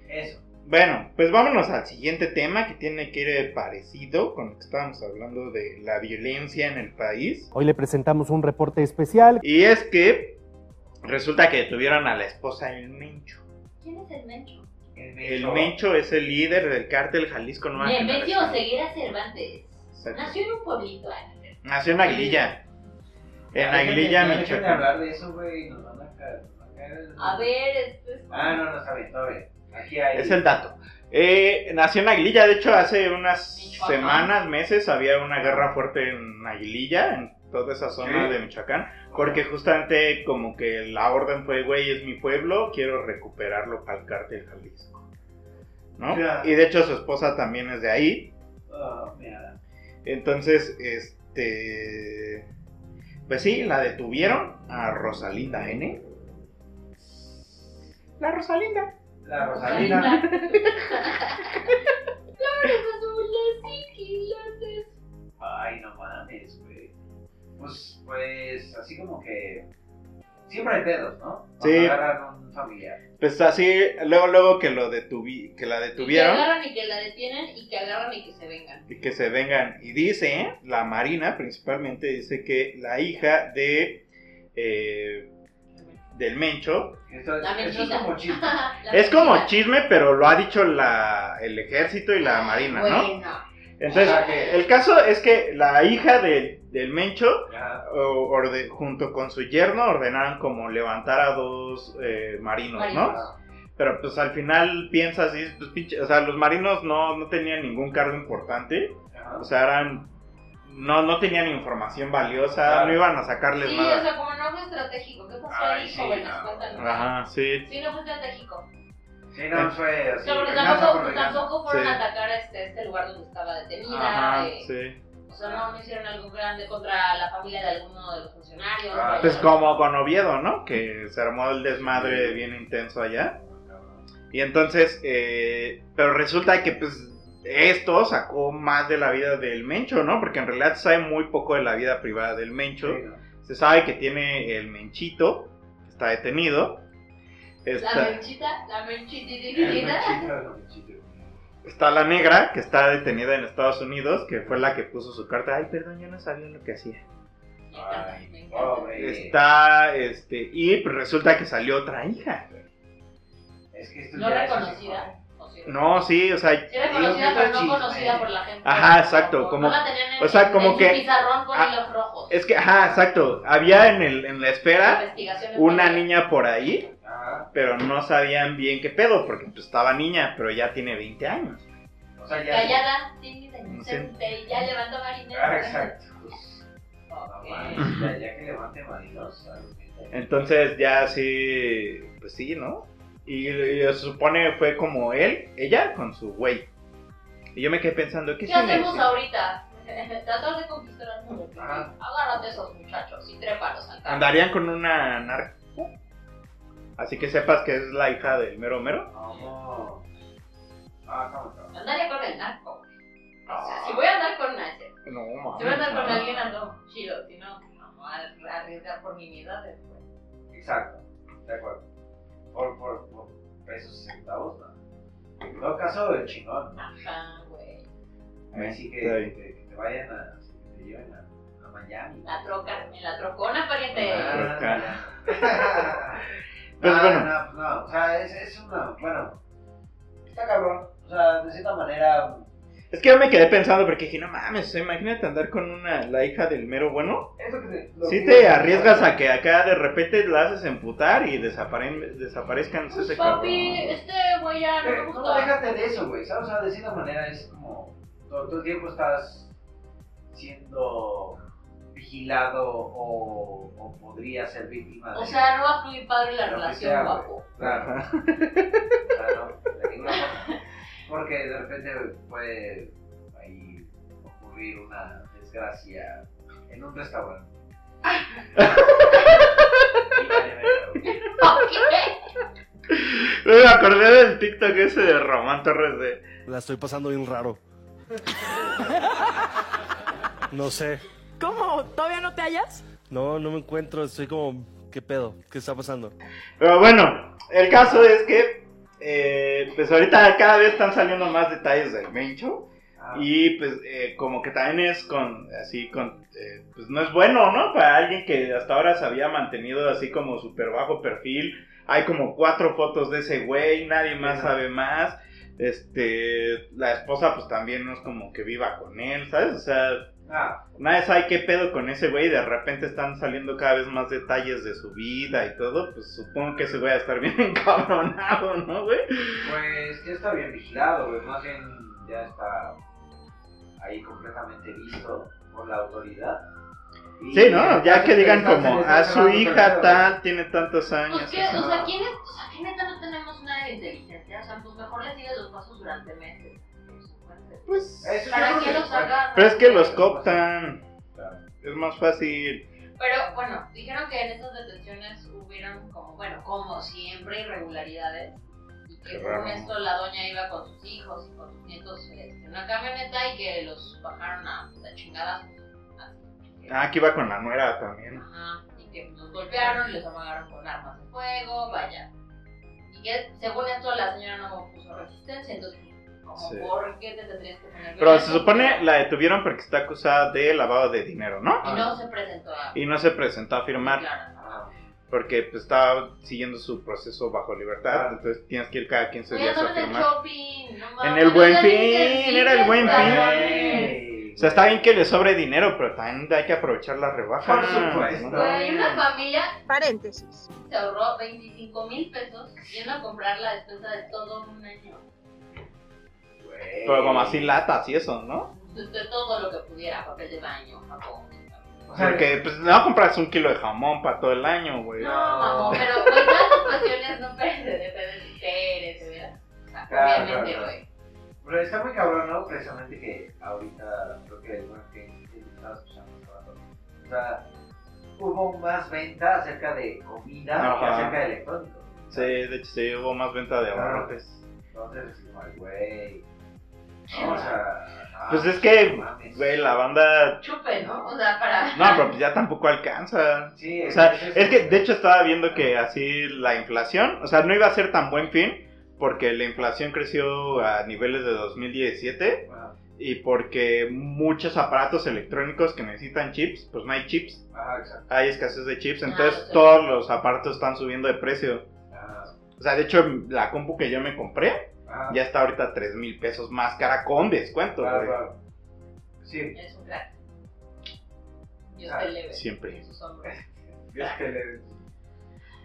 C: eso.
H: Bueno, pues vámonos al siguiente tema que tiene que ir eh, parecido con lo que estábamos hablando de la violencia en el país.
J: Hoy le presentamos un reporte especial.
H: Y es que resulta que detuvieron a la esposa del Mencho.
B: ¿Quién es el mencho?
C: El
H: El
C: Mencho.
H: Mencho es el líder del cártel Jalisco Nueva
B: Me metió
H: Generación.
B: Ceguera Cervantes.
H: Exacto.
B: Nació en un pueblito, Ana.
H: Nació en Aguililla. En
C: Ay,
H: Aguililla,
C: no, no, dejen de
H: Michoacán.
C: hablar de eso, güey. Nos van a caer. nos van a caer el-
B: A ver, este es...
C: Ah, no, no está bien, está bien. Aquí hay.
H: Es el dato. Eh, nació en Aguililla, de hecho hace unas
B: Michoacán.
H: semanas, meses, había una guerra fuerte en Aguililla, en toda esa zona
C: Sí.
H: de Michoacán, porque justamente como que la orden fue, güey, es mi pueblo, quiero recuperarlo para el cártel Jalisco. ¿No?
C: Ya.
H: Y de hecho su esposa también es de ahí,
C: Oh, mira.
H: entonces, este... Pues sí, la detuvieron a Rosalinda N. La Rosalinda.
C: La Rosalina.
B: Flores azules y quilates.
C: Ay, no mames, güey. Pues, pues, así como que. Siempre hay pedos, ¿no? Cuando
H: Sí.
C: agarran un familiar.
H: Pues así, luego, luego que lo detuvi, que la
B: Que
H: detuvieron
B: agarran y que la detienen y que agarran y que se vengan.
H: y que se vengan. Y dice, la Marina principalmente dice que la hija de eh, del Mencho
C: Esto,
B: La
C: esto es como
B: mentira.
C: chiste.
B: La
H: es como
B: mentira.
H: chisme, pero lo ha dicho la, el ejército y la Marina, ¿no?
B: Bueno,
H: Entonces,
C: O sea que-
H: el caso es que la hija de- del Mencho
C: Ya,
H: o- orde- junto con su yerno ordenaron como levantar a dos eh, marinos, ¿no?
B: Marinos.
H: Pero pues al final piensas, y, pues, pinche- o sea, los marinos no, no tenían ningún cargo importante,
C: ajá.
H: o sea, eran, no, no tenían información valiosa,
C: Claro.
H: no iban a sacarles
B: Sí, o
H: nada.
B: sea, como no fue estratégico. ¿Qué pasó
C: Ay,
B: ahí,
C: sí,
B: jóvenes?
C: no.
B: Cuéntanos.
H: Ajá, sí.
B: Sí, no fue estratégico.
C: Sí, no, fue así.
B: No, porque
C: venganza
B: tampoco,
C: por venganza.
B: tampoco fueron
H: Sí.
B: a atacar a este, este lugar donde estaba detenida.
H: Ajá,
B: eh,
H: sí.
B: O sea, no, no hicieron algo grande contra la familia de alguno de los funcionarios.
C: Ah,
B: o-
H: Pues como con Oviedo, ¿no? Que se armó el desmadre bien intenso allá. Y entonces, eh, pero resulta que pues esto sacó más de la vida del Mencho, ¿no? Porque en realidad se sabe muy poco de la vida privada del Mencho.
C: Sí, no.
H: Se sabe que tiene el menchito, que está detenido.
B: La
H: Está,
B: menchita, la
C: El
B: menchitititita.
C: machito, el machito.
H: está la negra, que está detenida en Estados Unidos, que fue la que puso su carta. Ay, perdón, yo no sabía lo que hacía.
B: Me encanta, me encanta.
C: Pobre.
H: Está, este, y pues, resulta que salió otra hija.
C: Es que esto
B: No
C: ya es
B: reconocida. o sí.
H: No, sí, o sea,
B: Sí era conocida,
C: Digo,
B: pero
C: esto es
B: no
C: chisme.
B: conocida por la gente.
H: Ajá, exacto, como-
B: no la tenían en,
H: o sea, como
B: en su
H: que-
B: pizarrón con
H: ah,
B: hilos rojos.
H: es que, ajá, exacto. Había en, el, en la espera
B: Investigaciones
H: una
B: sobre-
H: niña por ahí,
C: Ajá.
H: pero no sabían bien qué pedo, porque pues, estaba niña, pero ya tiene 20 años.
C: O sea, ya.
B: Callada, tímida,
H: No
B: inocente, y ya levantó marinera.
C: Ah, exacto. No
B: Ok.
C: mames, ya, ya que levante marinos. a los 20 años.
H: Entonces ya sí, pues sí, ¿no? Y, y se supone fue como él, ella con su güey. Y yo me quedé pensando, ¿qué
B: ¿Qué
H: significa?
B: hacemos ahorita? Tratar de conquistar al mundo.
C: Ajá.
B: Agárrate esos muchachos y trépalos al carro.
H: ¿Andarían con una narco? Así que sepas que es la hija del mero mero.
C: No. Ah, ¿cómo está?
B: Andaría con el narco. O
C: Ah.
B: sea, si voy a andar con Nacho,
H: No,
B: si voy a andar con
H: no.
B: alguien, ando chido. Si no, pues, no me voy a arriesgar por mi vida después.
C: Exacto, de acuerdo. Por, por, por pesos y centavos, no. En todo caso, el chingón.
B: Ajá, güey.
C: Ahí sí que,
H: Está bien.
C: que- que te vayan a. que te lleven a, a Miami.
B: La troca, en la trocona, pariente.
H: Troca.
C: Ah, no,
H: Pues
C: no,
H: bueno.
C: no, pues no, o sea, es, es una. Bueno, está cabrón. O sea, de cierta manera.
H: Es que yo me quedé pensando porque dije, no mames, o sea, imagínate andar con una, la hija del mero bueno.
C: Es lo que te, lo
H: Si
C: que-
H: te arriesgas a que acá de repente la haces emputar y desaparen- desaparezcan
B: Pues,
H: ese
B: papi,
H: cabrón.
B: este güey ya no me
C: Pero,
B: gusta.
C: Eh, no, déjate de eso, güey. ¿sabes? O sea, de cierta manera es como. Todo, todo el tiempo estás siendo vigilado o, o podría ser víctima de.
B: O sea, no va a fluir padre la
C: Lo que
B: relación,
C: sea, güey.
B: guapo.
C: Claro. Claro, de ninguna forma. Porque de repente puede ahí ocurrir una desgracia en un restaurante. Y vale verga, güey.
B: Ok.
H: Me acordé del TikTok ese de Román Torres de
G: La estoy pasando bien raro.
K: No sé.
L: ¿Cómo? ¿Todavía no te hallas?
K: No, no me encuentro. Estoy como, ¿qué pedo? ¿Qué está pasando?
H: Pero bueno, el caso es que, eh, pues ahorita cada vez están saliendo más detalles del Mencho. Y pues eh, como que también es con, así con, eh, pues no es bueno, ¿no? Para alguien que hasta ahora se había mantenido así como súper bajo perfil. Hay como cuatro fotos de ese güey, nadie más
A: Ajá.
H: sabe más. Este, la esposa pues también no es como que viva con él, ¿sabes? O sea,
C: Ah,
H: nadie sabe qué pedo con ese güey. De repente están saliendo cada vez más detalles de su vida y todo. Pues supongo que ese güey va a estar bien encabronado, ¿no, güey?
C: Pues ya está bien vigilado, güey. Más bien ya está ahí completamente visto por la autoridad. Y
H: Sí, ¿no? Ya que digan
C: se les
H: como,
C: está
H: a su
C: cerrando
H: hija
C: todo.
H: tal, tiene tantos años.
B: Pues que,
H: así,
B: o
H: ¿no?
B: sea, ¿quiénes? O sea, ¿qué neta no tenemos nada de inteligencia? O sea, pues mejor le sigues los pasos durante meses.
H: Pues,
C: Eso
B: ¿Para
C: yo
B: qué
C: creo
B: los
C: que-
B: haga?
H: Pero es que los cooptan. Es más fácil.
B: Pero bueno, dijeron que en estas detenciones hubieron como, bueno, como siempre, irregularidades. Y que
H: Qué
B: según
H: raro.
B: esto la doña iba con sus hijos y con sus nietos este, en una camioneta y que los bajaron a, a chingadas.
H: Ah, que iba con la nuera también.
B: Ajá, y que los golpearon, les amagaron con armas de fuego, vaya. Y que según esto la señora no puso resistencia, entonces como
H: Sí.
B: por qué te tendrías que poner
H: Pero
B: violento?
H: se supone la detuvieron porque está acusada de lavado de dinero, ¿no?
B: Y Ah. no se presentó a...
H: Y no se presentó a firmar
B: Claro.
C: Ah,
H: porque pues, estaba siguiendo su proceso bajo libertad. Entonces tienes que ir cada 15
B: Oye,
H: días
B: no
H: a
B: en el
H: firmar.
B: shopping, no
H: En
B: mames,
H: el
B: no
H: buen
B: seas
H: fin,
B: insensible,
H: era el buen
B: cabrón.
H: fin. O sea, está bien que le sobre dinero, pero también hay que aprovechar la rebaja.
C: Por supuesto.
B: Güey, una familia
L: Paréntesis.
B: se ahorró 25 mil pesos yendo a comprar la despensa de todo un año.
H: Pero como así latas y eso, ¿no?
B: De todo lo que pudiera, papel de baño, jabón.
H: Porque pues no compras un kilo de jamón para todo el año, güey.
B: No, mamón, pero güey, todas las pasiones no pierden, depende de ustedes, ¿verdad? O sea,
C: Claro,
B: obviamente,
C: claro,
B: güey.
C: Pero está muy cabrón, ¿no? Precisamente que ahorita creo que el buen fin sí, estaba escuchando hace rato. O sea, hubo más venta acerca de comida que
H: Ajá.
C: acerca de electrónicos.
H: Sí, de hecho sí hubo más venta de
C: Claro.
H: abarrotes.
C: Entonces, es como, güey. No, o sea. ah, no,
H: Pues es que,
C: mames.
H: güey, la banda.
B: Chupe, ¿no? O sea, para.
H: No, pero pues ya tampoco alcanza.
C: Sí,
H: O sea,
C: es-
H: es que de hecho estaba viendo que así la inflación, o sea, no iba a ser tan buen fin porque la inflación creció a niveles de 2017
C: Ajá.
H: y porque muchos aparatos electrónicos que necesitan chips, pues no hay chips,
C: Ajá, ah, exacto.
H: hay escasez de chips,
B: Ah,
H: entonces
B: ok.
H: todos los aparatos están subiendo de precio.
C: Ajá,
H: O sea, de hecho, la compu que yo me compré
C: ajá.
H: ya está ahorita 3 mil pesos más cara con descuento,
C: Claro,
H: güey.
C: claro. ah, Sí,
B: Es un crack. Dios
C: Ah,
B: te leve.
H: siempre.
B: En sus hombros.
C: Dios que le.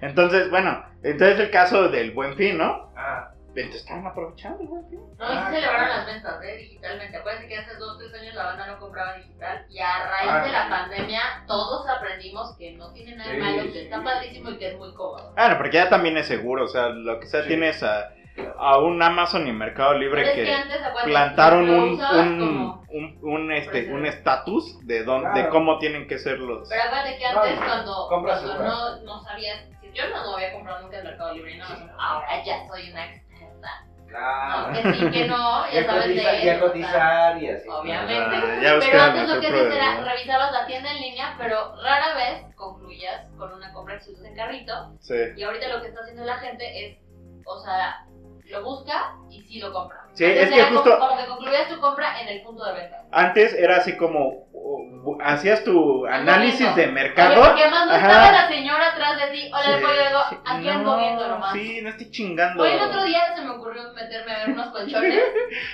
H: Entonces, bueno, entonces el caso del buen fin, ¿no?
C: Ah,
H: Entonces estaban aprovechando el buen fin.
B: No, y sí
C: Ah,
B: celebraron
C: claro.
B: las ventas, ¿eh? Digitalmente. Acuérdense que hace dos, tres años la banda no compraba digital y a raíz
C: Ah,
B: de la
C: sí.
B: pandemia todos aprendimos que no tiene nada de
C: Sí,
B: malo,
C: sí.
B: que está padrísimo y que es muy cómodo.
H: Bueno, Ah, porque ya también es seguro, o sea, lo que sea
C: Sí.
H: tienes a, a un Amazon y Mercado
B: Pero
H: Libre
B: es que
H: que
B: antes, acuérdense,
H: plantaron
B: lo
H: un
B: usabas
H: un,
B: como-
H: un, un, este
B: Precio.
H: un estatus de dónde de
C: Claro.
H: cómo tienen que ser los
B: Pero acuérdate que
C: Vale,
B: antes cuando,
C: compra
B: cuando
C: segura.
B: no, no sabías, si yo no, no había comprado nunca en Mercado Libre, no, ahora ya soy una experta. No,
C: claro.
B: que sí, Ah, que no, ya
C: Ya
B: sabes de
C: cotiza-
B: eso.
C: ya
B: o sea,
C: cotizar y así.
B: Obviamente.
H: Ah, ya
B: pero
H: buscaron
B: antes
H: la
B: lo que
H: mejor
B: haces era
H: proveedora.
B: revisabas la tienda en línea, pero rara vez concluías con una compra exitosa en carrito.
H: sí.
B: Y ahorita lo que está haciendo la gente es, o sea, lo busca y sí lo compra.
H: Sí,
B: Antes
H: es que
B: era como-
H: justo-
B: Como que concluías tu compra en el punto de venta.
H: Antes era así como o- hacías tu análisis
B: momento.
H: de mercado.
B: Oye, porque más no
H: Ajá.
B: estaba la señora atrás de ti. Hola,
H: Sí.
B: le pollo, digo, aquí ando viendo
H: no,
B: nomás.
H: sí, no estoy chingando.
B: Hoy el otro día se me ocurrió meterme a ver unos colchones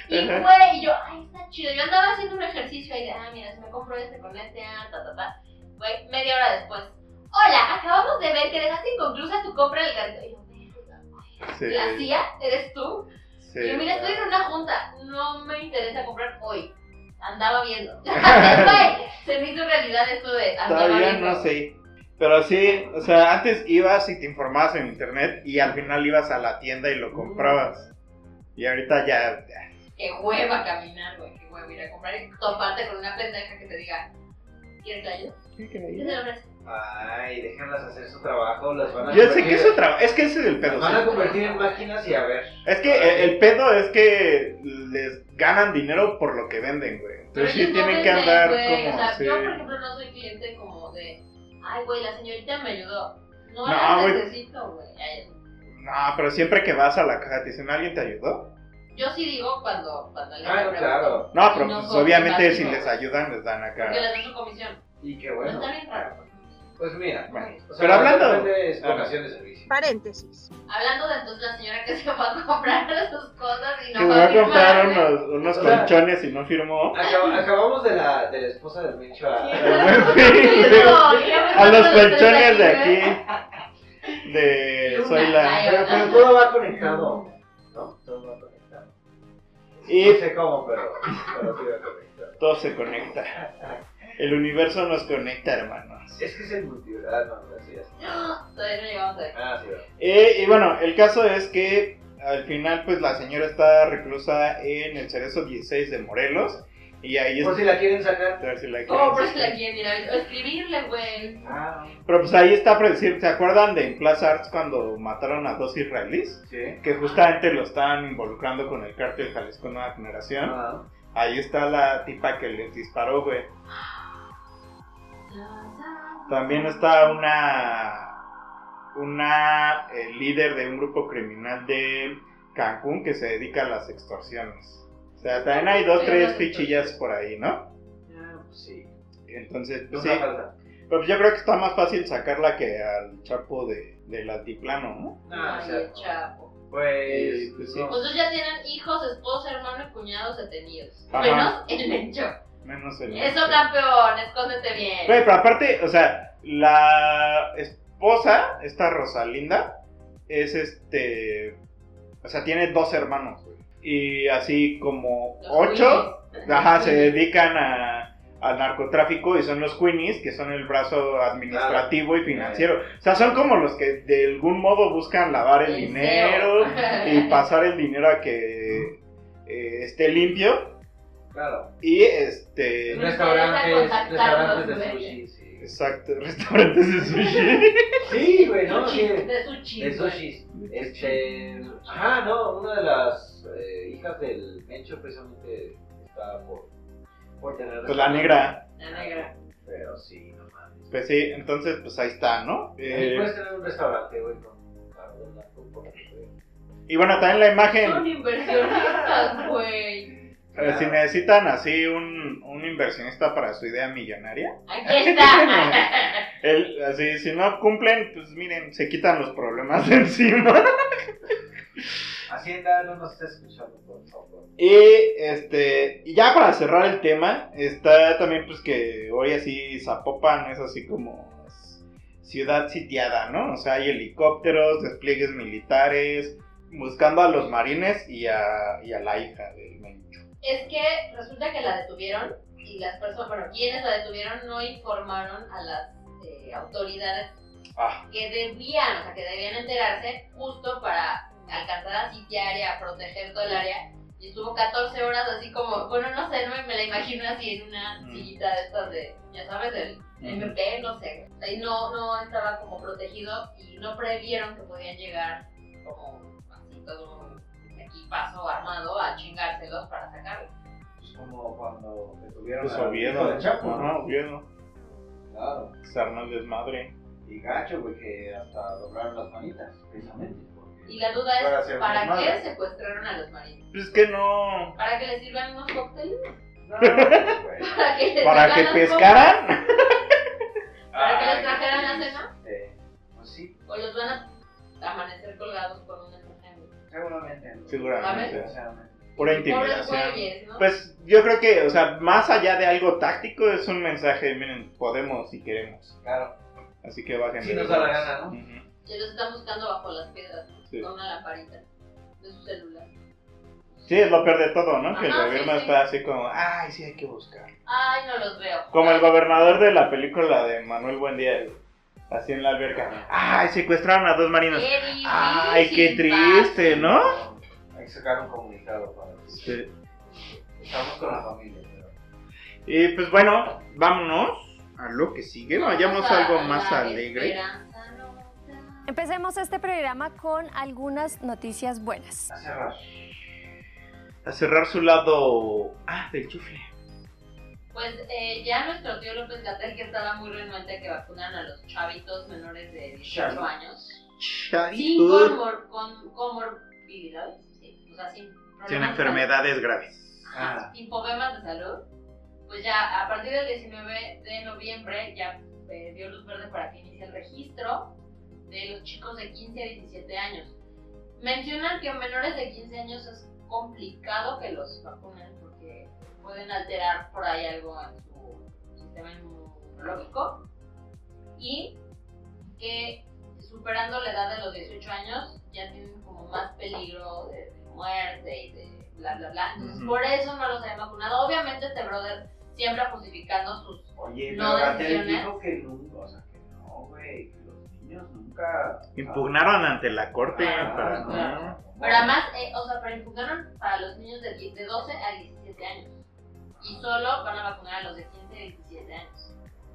B: y
H: Ajá.
B: fue, y yo, ay, está chido. Yo andaba haciendo un ejercicio ahí de, ah, mira, se me compró este con este, ah, ta, ta, ta. Fue media hora después. Hola, acabamos de ver que dejaste inconclusa tu compra del carrito. Y yo, "Verga,
H: Sí,
B: ¿La hacía? ¿Eres tú?
H: sí.
B: Y yo, mira, estoy en una junta, no me interesa comprar hoy. Andaba viendo. Güey, se me hizo realidad esto de andaba
H: Todavía
B: viendo.
H: no sé. Pero sí, o sea, antes ibas y te informabas en internet y al final ibas a la tienda y lo comprabas. Y ahorita ya. ya.
B: Qué hueva caminar, güey, qué hueva ir a comprar y toparte con una pendeja que te diga, ¿quieres gallo? ¿Qué te lo ofrece?
C: Ay, déjenlas hacer su trabajo, las van a
H: Yo sé
C: convertir-
H: que es su trabajo, es que ese es el pedo.
C: Las van
H: sí.
C: a convertir en máquinas y a ver.
H: Es que el, el pedo es que les ganan dinero por lo que venden, güey.
B: Pero
H: Entonces sí
B: ellos no
H: tienen que
B: venden,
H: andar
B: güey.
H: como...
B: O sea,
H: sí.
B: yo, por ejemplo, no soy cliente como de. Ay, güey, la señorita me ayudó. No,
H: No,
B: la
H: güey.
B: necesito, güey. Ay,
H: No, pero siempre que vas a la caja te dicen, ¿alguien te ayudó?
B: Yo sí digo cuando, cuando le
C: Ah,
B: pregunto.
C: claro.
H: No, pero
B: Y no
H: pues,
B: son
H: obviamente si
B: básicos,
H: les ayudan les dan acá.
B: Porque les dan su comisión.
C: Y qué
B: No
C: bueno.
B: está bien raro.
C: Pues mira,
H: Bueno,
C: o sea,
H: pero hablando... Ah,
C: depende de explotación de servicio.
L: Paréntesis.
B: Hablando de entonces la señora que se va a comprar sus cosas y no
H: Que se
B: va
H: va a
B: firmar,
H: comprar
B: güey.
H: unos, unos
C: O sea,
H: colchones y no firmó.
C: Acab- acabamos de la, de la esposa del Mencho a...
H: Al buen fin, de- Pues a los colchones de aquí. De
C: Luna,
H: Soy la.
B: ay,
C: Pero, pero todo va conectado, ¿no? Todo va conectado.
H: Y
C: No sé cómo, pero, pero sí va conectado.
H: pues, todo se conecta. El universo nos conecta, hermanos.
C: Es que es el multiverso. Ah, no, gracias.
B: Todavía no llegamos a
C: Ah, sí, va.
H: Eh, y bueno, el caso es que al final, pues la señora está reclusa en el Cerezo 16 de Morelos. Y ahí es.
C: Por si la quieren sacar.
H: a ver si la quieren.
B: ¿Cómo Oh, por si la quieren ir a- o escribirle, güey?
C: Ah,
H: Pero pues ahí está, por decir, ¿se acuerdan de en Plaza Arts cuando mataron a dos israelíes?
C: sí.
H: Que justamente lo estaban involucrando con el cártel Jalisco Nueva Generación.
C: Ah,
H: Ahí está la tipa que les disparó, güey. También está una una eh, líder de un grupo criminal de Cancún que se dedica a las extorsiones. O sea, también hay dos, tres fichillas por ahí, ¿no?
C: ah, pues sí.
H: Entonces,
C: No
H: pues, sí.
C: falta.
H: Pero pues yo creo que está más fácil sacarla que al chapo de, del altiplano, ¿no?
C: Ah,
B: Ay,
C: o sea,
B: chapo.
C: Pues,
H: Sí, pues sí.
C: no.
B: Pues ya tienen hijos, esposos, hermano y cuñados detenidos.
H: Ajá.
B: Menos el mencho.
H: Menos este. el...
B: Eso, campeón, escóndete bien.
H: Güey, pero aparte, o sea, la esposa, esta Rosalinda, es este. O sea, tiene dos hermanos, güey. Y así como
B: Los
H: ocho,
B: Queenies.
H: ajá, se dedican a, al narcotráfico y son los Queenies, que son el brazo administrativo y financiero. O sea, son como los que de algún modo buscan lavar el,
B: El
H: dinero
B: cero.
H: y pasar el dinero a que eh, esté limpio.
C: Claro.
H: Y este.
C: Restaurantes, restaurantes de
B: contactarlos,
C: sushi, sí.
H: Exacto, restaurantes de sushi.
C: Sí, güey,
B: De
C: no,
B: su
C: sí.
B: chis- de su chis,
C: De
B: güey.
C: sushis. Este. Ajá, no, una de las eh, hijas del Mencho precisamente está por, por tener.
H: Pues la negra.
B: La negra.
C: Pero sí, no mames.
H: Pues sí, entonces pues ahí está, ¿no?
C: También
H: Eh,
C: Puedes tener un restaurante, güey, con barro blanco, porque, güey.
H: y bueno, también la
B: Son
H: imagen.
B: inversionistas, güey.
H: eh, si necesitan así un, un inversionista para su idea millonaria,
B: Aquí está.
H: el- así, si no cumplen, pues miren, se quitan los problemas de encima.
C: Hacienda no nos está escuchando, por favor.
H: Y este, y ya para cerrar el tema, está también pues que hoy así Zapopan es así como ciudad sitiada, ¿no? O sea, hay helicópteros, despliegues militares, buscando a los marines y a, y a la hija del Mencho.
B: es que resulta que la detuvieron y las personas, bueno, quienes la detuvieron no informaron a las eh, autoridades
H: Ah.
B: que debían, o sea, que debían enterarse justo para alcanzar a sitiar y a proteger todo el área. Y estuvo 14 horas así como, bueno, no sé, no me, me la imagino así en una
H: Mm.
B: sillita de estas de, ya sabes, del MP, no sé. O sea, y no, no estaba como protegido y no previeron que podían llegar como así todo un equipazo armado a chingárselos para sacarlo.
C: Pues como cuando detuvieron
H: Pues
C: al hijo
H: Oviedo.
C: de Chapo, ¿no?
H: Ajá, Oviedo.
C: Claro.
H: Sarnal desmadre.
C: Y gacho, güey, que hasta doblaron las manitas, precisamente. porque-
B: Y la duda
C: Para
B: es,
C: hacer
B: ¿para
C: desmadre.
B: qué secuestraron a los marinos?
H: Pues es que no.
B: ¿Para que les sirvan unos cócteles?
C: No, pues, güey.
B: ¿Para que, les
H: Para
B: sirvan
H: que
B: los
H: pescaran.
B: ¿Para que
C: Ay,
B: les trajeran la
C: sí,
B: cena?
C: este, Pues sí,
B: cócteles? ¿O los van a amanecer colgados con una mujer?
C: seguramente. ¿no?
H: Seguramente.
C: Seguramente.
H: Pura
B: Pobres
H: intimidación.
B: güeyes, ¿no?
H: Pues yo creo que, o sea, más allá de algo táctico, es un mensaje, miren, podemos si queremos.
C: Claro.
H: Así que bajen.
C: Sí
H: de
C: nos da la
H: huevos.
C: gana, ¿no?
H: Ujú.
B: Que los están buscando bajo las piedras,
H: Sí.
B: con una lamparita de su celular.
H: Sí, es lo peor de todo, ¿no? Que el
B: Ajá,
H: gobierno
B: sí, sí.
H: está así como, ay, sí hay que buscar.
B: Ay, no los veo.
H: Como el gobernador de la película de Manuel Buendía, así en la alberca. Ay, secuestraron a dos marinos.
B: Qué difícil,
H: Ay, qué triste, ¿no? Este,
C: Hay que sacar un comunicado para decir,
H: Sí.
C: Estamos con la familia, pero.
H: Y pues bueno, vámonos. a lo que sigue. Vayamos a algo más alegre.
M: Empecemos este programa con algunas noticias buenas.
C: A cerrar.
H: A cerrar su lado. Ah, del chufle.
B: Pues eh, ya nuestro tío López Gatel, que estaba muy renuente a que vacunaran a los chavitos menores de 18
H: Chavi-
B: años, sin
H: Chavitos.
B: comor- con- comorbilidades, sí, o sea, sin problemas
H: Sin
B: de-
H: enfermedades graves.
C: Ah.
B: Ajá, sin problemas de salud, pues ya a partir del 19 de noviembre ya eh, dio luz verde para que inicie el registro de los chicos de 15 a 17 años. Mencionan que menores de 15 años es complicado que los vacunen porque pueden alterar por ahí algo en su sistema inmunológico y que superando la edad de los 18 años ya tienen como más peligro de, de muerte y de bla bla bla. Entonces
C: Ujú.
B: por eso no los han vacunado. Obviamente este brother siempre justificando sus
C: Oye,
B: no
C: pero Gatel
B: decisiones.
C: dijo que nunca, o sea, que no, güey, que los niños nunca...
H: Impugnaron ante la corte
C: Ah,
H: para.
C: no.
B: Pero además, eh, o sea, pero impugnaron para los niños de, 10 de 12 a 17 años. Y solo van a vacunar a los de 15 a 17 años.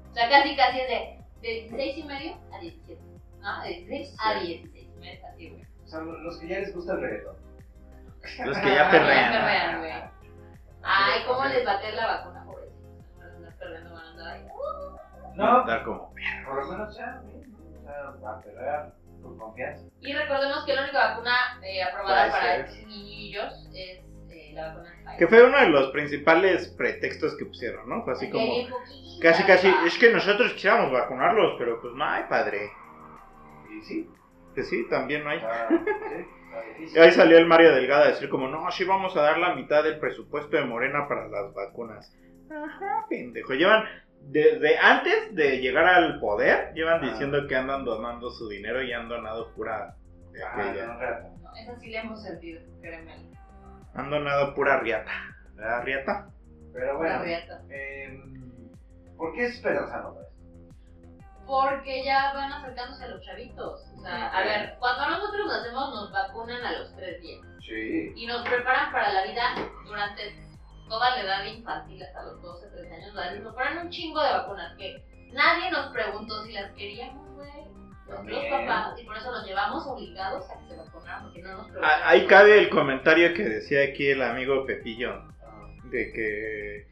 B: O sea, casi casi es de, de 16 y medio a 17. No, de 16 a 16 y medio, así, güey.
C: O sea, lo- los que ya les gusta el reggaetón.
H: Los que Ah, ya perrean.
B: perrean, güey. Ay, ¿cómo les va a caer la vacuna, pobrecitos? Van a andar perreando, van a andar ahí.
C: No,
H: Dar como.
C: por lo menos ya, güey, o sea, va a perrear con confianza.
B: Y recordemos que la única vacuna eh, aprobada
C: Puede
B: para
C: ser.
B: estos niñillos es eh, la vacuna de Pfizer.
H: Que fue uno de los principales pretextos que pusieron, ¿no? Fue así
B: Que
H: como.
B: bien poquita,
H: Casi, casi.
B: ¿verdad?
H: Es que nosotros quisiéramos vacunarlos, pero pues no hay padre.
C: Y sí,
H: Que sí, también no hay.
C: está, sí, está
H: Y
C: difícil.
H: ahí salió el Mario Delgado a decir como, no, sí vamos a dar la mitad del presupuesto de Morena para las vacunas. Ajá, pendejo. Llevan, desde antes de llegar al poder, llevan
C: Ah.
H: diciendo que andan donando su dinero y han donado pura... eh,
C: Ah,
H: aquella-
C: no, reata.
B: No, esa sí le hemos sentido, créeme.
H: Han donado pura riata. ¿Verdad, riata?
C: Pero
B: Pura
C: bueno,
B: riata.
C: em, ¿por qué es esperanzado para esto?
B: Porque ya van acercándose los chavitos. O sea, a ver, cuando nosotros nacemos nos vacunan a los tres días
C: Sí.
B: y nos preparan para la vida durante toda la edad infantil hasta los 12, 13 años. ¿vale? Nos ponen un chingo de vacunas que nadie nos preguntó si las queríamos, güey. Nuestros
C: También.
B: papás, y por eso los llevamos obligados a que se vacunaran porque no nos preguntaron.
H: Ah, Ahí cabe el comentario que decía aquí el amigo Pepillo,
C: Ah,
H: de que...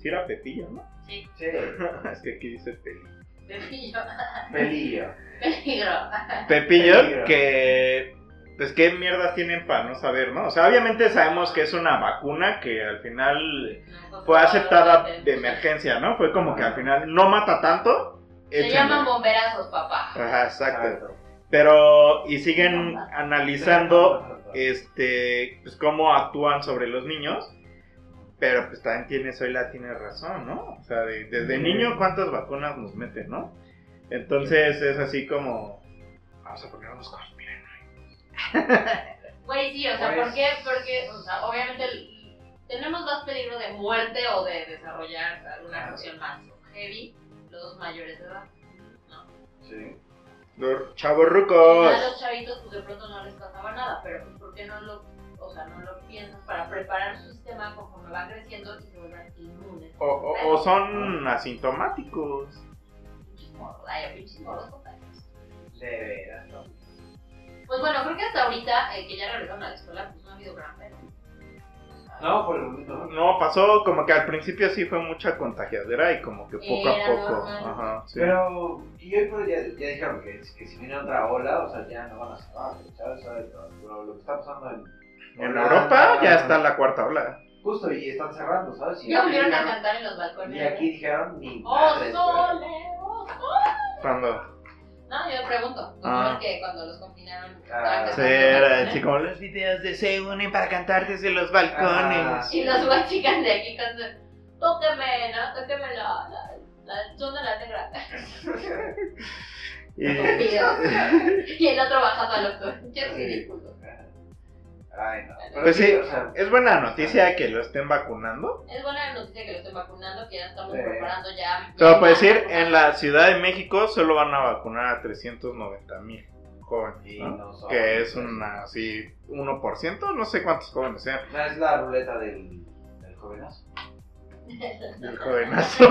H: Si era Pepillo, ¿no?
B: Sí,
C: Sí,
H: es que aquí dice Peli.
B: peligro.
C: pelillo.
B: peligro.
H: Pepillo,
C: Peligro.
H: que pues qué mierdas tienen para no saber, ¿no? O sea, obviamente sabemos que es una vacuna que al final
B: No,
H: fue aceptada
B: controlador
H: de emergencia, ¿no? Fue como que al final no mata tanto.
B: Se
H: échenle.
B: llaman bomberazos, papá.
H: Ajá, exacto. Pero y siguen analizando este pues cómo actúan sobre los niños. Pero pues también tienes hoy la tiene razón, ¿no? O sea, de- desde
C: Sí.
H: niño cuántas vacunas nos meten, ¿no? Entonces es así como "Ah, vamos a ponernos con
B: Güey, sí, o sea,
C: Pues-
B: ¿por qué? Porque, o sea, obviamente el- tenemos más peligro de muerte o de desarrollar alguna reacción más heavy los mayores de edad.
C: Sí.
H: Los chavos
B: A
H: rucos.
B: los chavitos, pues de pronto no les pasaba nada, pero pues, ¿por qué no lo, o sea, no lo piensas para preparar su sistema conforme van creciendo y se vuelvan inmunes?
C: Oh.
H: O, o- o son asintomáticos.
B: Pinches morros, ay, pinches morros totales.
C: De veras, ¿no?
B: Pues bueno, creo que hasta ahorita, eh, que ya regresaron a la escuela, pues no ha habido gran pena.
C: No, por el momento no.
H: No, pasó como que al principio sí fue mucha contagiadera y como que poco a
B: Era
H: poco.
B: normal.
H: Ajá, sí.
C: Pero, y hoy por hoy ya, ya dijeron que, que si viene otra ola, o sea, ya no van a cerrar, ¿sabes? ¿sabes? Lo, lo que está pasando en...
H: En
C: Holanda,
H: Europa ya está la cuarta ola.
C: Justo, y están cerrando, ¿sabes? Y
B: Ya
C: aquí
B: volvieron a
C: dijeron-
B: cantar en los
C: Y
B: balcones.
C: aquí dijeron, ni
B: ¡Oh,
C: madres, güey.
B: sole! ¡Oh, sole!
H: Cuando.
B: No, yo pregunto. Pues
H: Ah.
B: ves que cuando los confinaron.
C: Ah,
B: estaban
H: Sí,
B: cantando
H: era
B: en
H: así
B: balcones.
H: como los videos de se unen para cantar desde los balcones.
B: Y las guachicas chicas de aquí cantan. Tóqueme, ¿no? Tóqueme la. la la- son de la negra.
H: Y- pues
B: y el otro bajando al otro. Qué
C: Sí.
B: ridículo.
C: Ay, no. Pero
H: Pues sí.
C: o sea,
H: es buena noticia que lo estén vacunando.
B: Es buena noticia que lo estén vacunando, que ya estamos
C: Sí.
B: preparando ya.
H: Pero
B: ya
H: por
B: más
H: decir,
B: vacunas.
H: en la Ciudad de México solo van a vacunar a 390 mil jóvenes.
C: y
H: ¿no?
C: no son-
H: Que es una, así, 1%, no sé cuántos jóvenes sean.
C: No es la ruleta del, del jovenazo.
H: El jovenazo.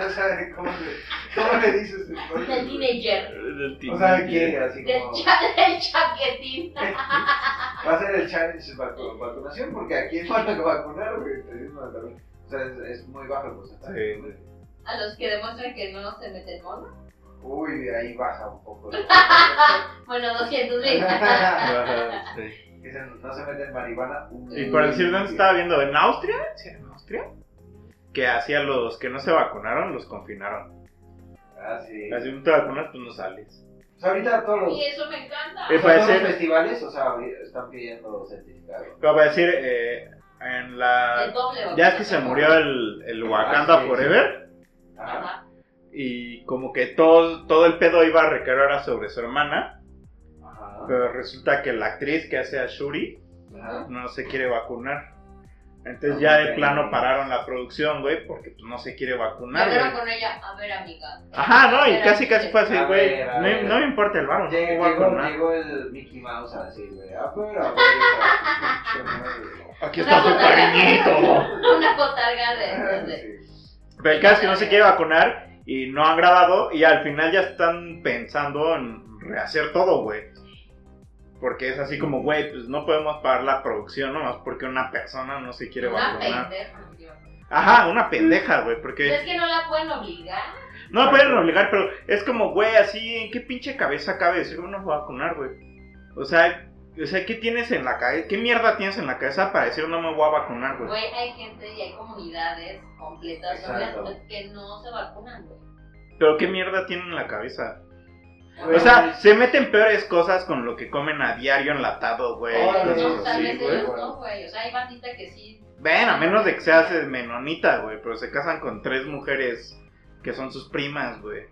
C: O sea, ¿cómo le, cómo le dices?
B: Del teenager.
C: O sea, que así
B: Del,
C: como...
B: cha del chaquetín.
C: Va a ser el challenge de vacu- vacunación, porque aquí es falta que vacunar, güey. te dicen, O sea, es, es muy bajo el porcentaje. güey.
B: A los que demuestran que no se meten mono.
C: Uy, ahí baja un poco.
B: bueno, 200 mil.
C: Ajá, Dicen, no se meten marihuana. uy.
H: Y por decir dónde estaba viendo, en Austria, ¿sí era en Austria, que hacia los que no se vacunaron los confinaron.
C: Ah, sí.
H: Así no te vacunas, pues no sales.
C: O sea, ahorita todos los,
B: y eso me encanta.
H: Eh,
C: todos los
H: parece-
C: festivales, o sea, están pidiendo certificado.
H: Pero para decir, eh, en la.
B: El doble vacunación.
H: Ya es que se murió el, el Wakanda
C: Ah, sí, sí.
H: Forever
C: Ajá.
H: y como que todo, todo el pedo iba a recaer ahora sobre su hermana,
C: Ajá.
H: pero resulta que la actriz que hace a Shuri
C: Ajá.
H: no se quiere vacunar.
C: Ah,
H: Entonces ya de plano pararon la producción, güey, porque pues, no se quiere vacunar,
B: Hablaron
H: güey.
B: con ella, a ver amiga.
H: Ajá, no, y
B: Pero-
H: casi casi fue así,
C: A
H: güey.
C: ver, a
H: No,
C: ver.
H: no me importa el barro, no me
C: Llega-
H: voy a
C: Llegó,
H: vacunar.
C: llegó el Mickey Mouse así, güey. Ah, pero, güey,
H: Aquí está su cariñito.
B: Una cotarga de... de-
H: Pero el caso es que no se quiere vacunar y no han grabado y al final ya están pensando en rehacer todo, güey. Porque es así como, güey, pues no podemos parar la producción nomás porque una persona no se quiere
B: una
H: vacunar.
B: pendeja. yo.
H: Ajá, una pendeja, güey, porque...
B: Es que no la pueden obligar.
H: No la pueden obligar, pero es como, güey, así, ¿en qué pinche cabeza cabe decir, "Bueno, no voy a vacunar, güey? O sea, o sea, ¿qué tienes en la cabeza? ¿Qué mierda tienes en la cabeza para decir, no me voy a vacunar, güey?
B: Güey, hay gente y hay comunidades completas donde
H: Exacto.
B: las- que no se vacunan, güey.
H: Pero ¿qué mierda tienen en la cabeza? O sea, se meten peores cosas con lo que comen a diario enlatado, güey.
C: Órale,
H: cosas
B: no, tal
H: así,
B: vez
H: Pues güey.
B: ellos no, güey. O sea, hay bandita que sí.
H: Ven, a menos de que seas eh, menonita, güey, pero se casan con tres mujeres que son sus primas, güey.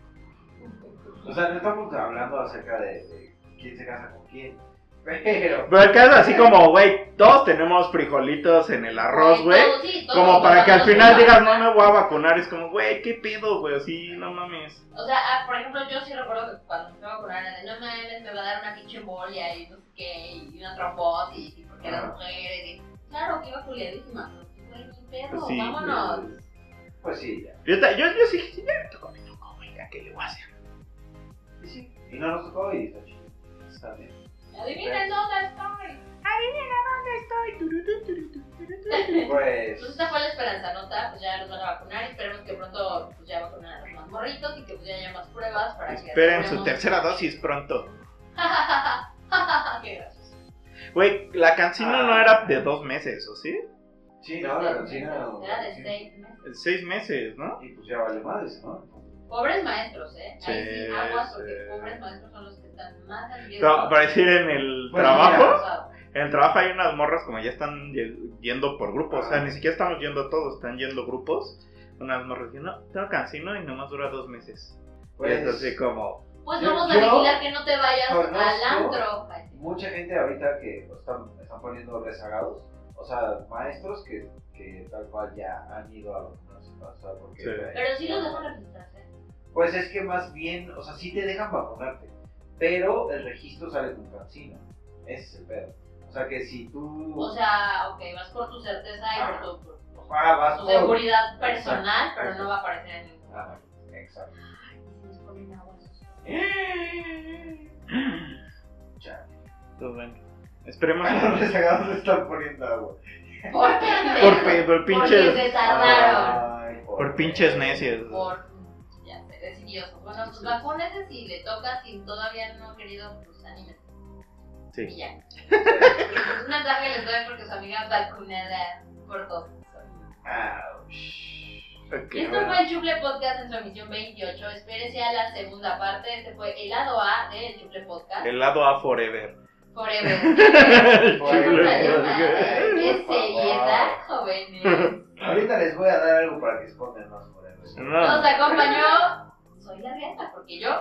C: O sea, no estamos hablando acerca de, de quién se casa con quién. Pero.
H: Pero el caso es así como, güey, todos tenemos frijolitos en el arroz, güey.
B: Todos, sí, todos.
H: Como para que al
B: Todos
H: final
B: se
H: digas, no
B: vacunan.
H: me voy a vacunar. Es como, güey, qué pedo, güey, así, no mames.
B: O sea, ah, por ejemplo, yo sí recuerdo que cuando me fui a vacunar era de no mames, me va a dar una pinche embolia y no sé qué, y una trombosis, y porque
C: Ah.
B: eran mujeres. Y... Claro que iba culiadísima. pero, Güey, ni pedo,
H: Pues sí,
B: vámonos.
C: Pues sí, ya.
H: Yo, ta- yo, yo sí, ya me tocó, me tocó, güey, ya que le voy a hacer.
C: Y sí. Y no nos tocó y está chido. Está bien.
B: Adivinen dónde estoy.
C: Pues.
B: Pues esta fue la esperanza, ¿no? Ta? Pues ya los van a vacunar y esperemos que pronto pues, ya vacunen a los más morritos y que pues, ya haya más pruebas para que.
H: Esperen su
B: aseguremos-
H: tercera dosis pronto.
B: Qué gracioso.
H: Güey, la cancina no era de dos meses, ¿o sí?
C: Sí, no, la cocina. no,
B: pues, Era de
C: sí.
B: seis meses.
H: Seis meses, ¿no?
C: Y pues ya vale madres, ¿no?
B: Pobres maestros, ¿eh? Ahí sí,
H: Sí,
B: aguas, porque
H: sí.
B: pobres maestros son los que están más al riesgo.
H: No, para decir en el
C: Pues
H: trabajo,
B: Abusado.
H: en el trabajo hay unas morras como ya están ye- yendo por grupos, o sea, ni siquiera estamos yendo todos, están yendo grupos. Unas morras diciendo, no, tengo cancino y nomás dura dos meses.
C: Pues-
H: Pues así como,
B: Pues
C: Yo-
B: vamos a
C: yo
B: vigilar que no te vayas
C: conozco-
B: al antro. Ay,
C: Mucha gente ahorita que pues, están, están poniendo rezagados. O sea, maestros que, que tal cual ya han ido a vacunarse. O sea, porque.
H: Sí.
B: Pero sí los ¿eh? dejan registrarse.
C: Pues es que más bien, o sea, sí te dejan vacunarte, pero el registro sale con cancino. Ese es el pedo. O sea que si tú
B: O sea, ok, vas por tu certeza y por tu, por
C: ah, vas
B: tu
C: por-
B: seguridad personal,
C: Exacto.
B: pero no va a aparecer en ningún
C: Ah, exacto.
B: Nos ponen aguas.
C: Ya.
H: pues bueno, esperemos.
C: Los rezagados le están poniendo agua.
B: ¿Por qué?
H: Por pe- por pinches-
B: Porque se tardaron.
C: Ay,
H: Por pinches necios.
B: Por, ya sé, decidiosos. Bueno, pues vacúnese si le toca, si todavía no ha querido, pues anímese.
H: Sí.
B: Y ya. Un mensaje les doy porque su amiga vacunada por dos.
C: Ouch.
B: Y esto fue el Chuple Podcast en su emisión 28. Espérese a la segunda parte. Este fue el lado A del Chuple Podcast.
H: El lado A forever.
B: Forever.
H: El
B: Por
H: chulo.
B: ¡Qué seriedad, jóvenes!
C: Ahorita les voy a dar algo para que esconden más por el
H: No.
B: Nos acompañó. Soy la reata, porque yo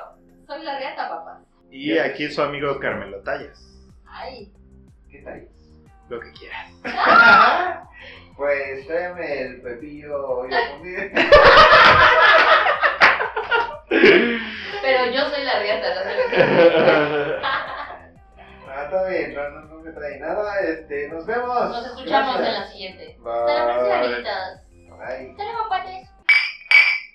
B: soy la reata, papá.
H: Y aquí su amigo Carmelo Tallas.
B: Ay,
C: ¿Qué tal?
H: Lo que quieras.
C: Pues tráeme el pepillo y el
B: pero yo soy la reata, no soy la
C: Ah, está bien, no, no, no me trae nada. Este, nos vemos.
B: Nos escuchamos en la
C: Gracias.
B: siguiente.
C: Bye.
B: Hasta la próxima, amiguitos.
C: Bye.
B: Hasta luego, cuates.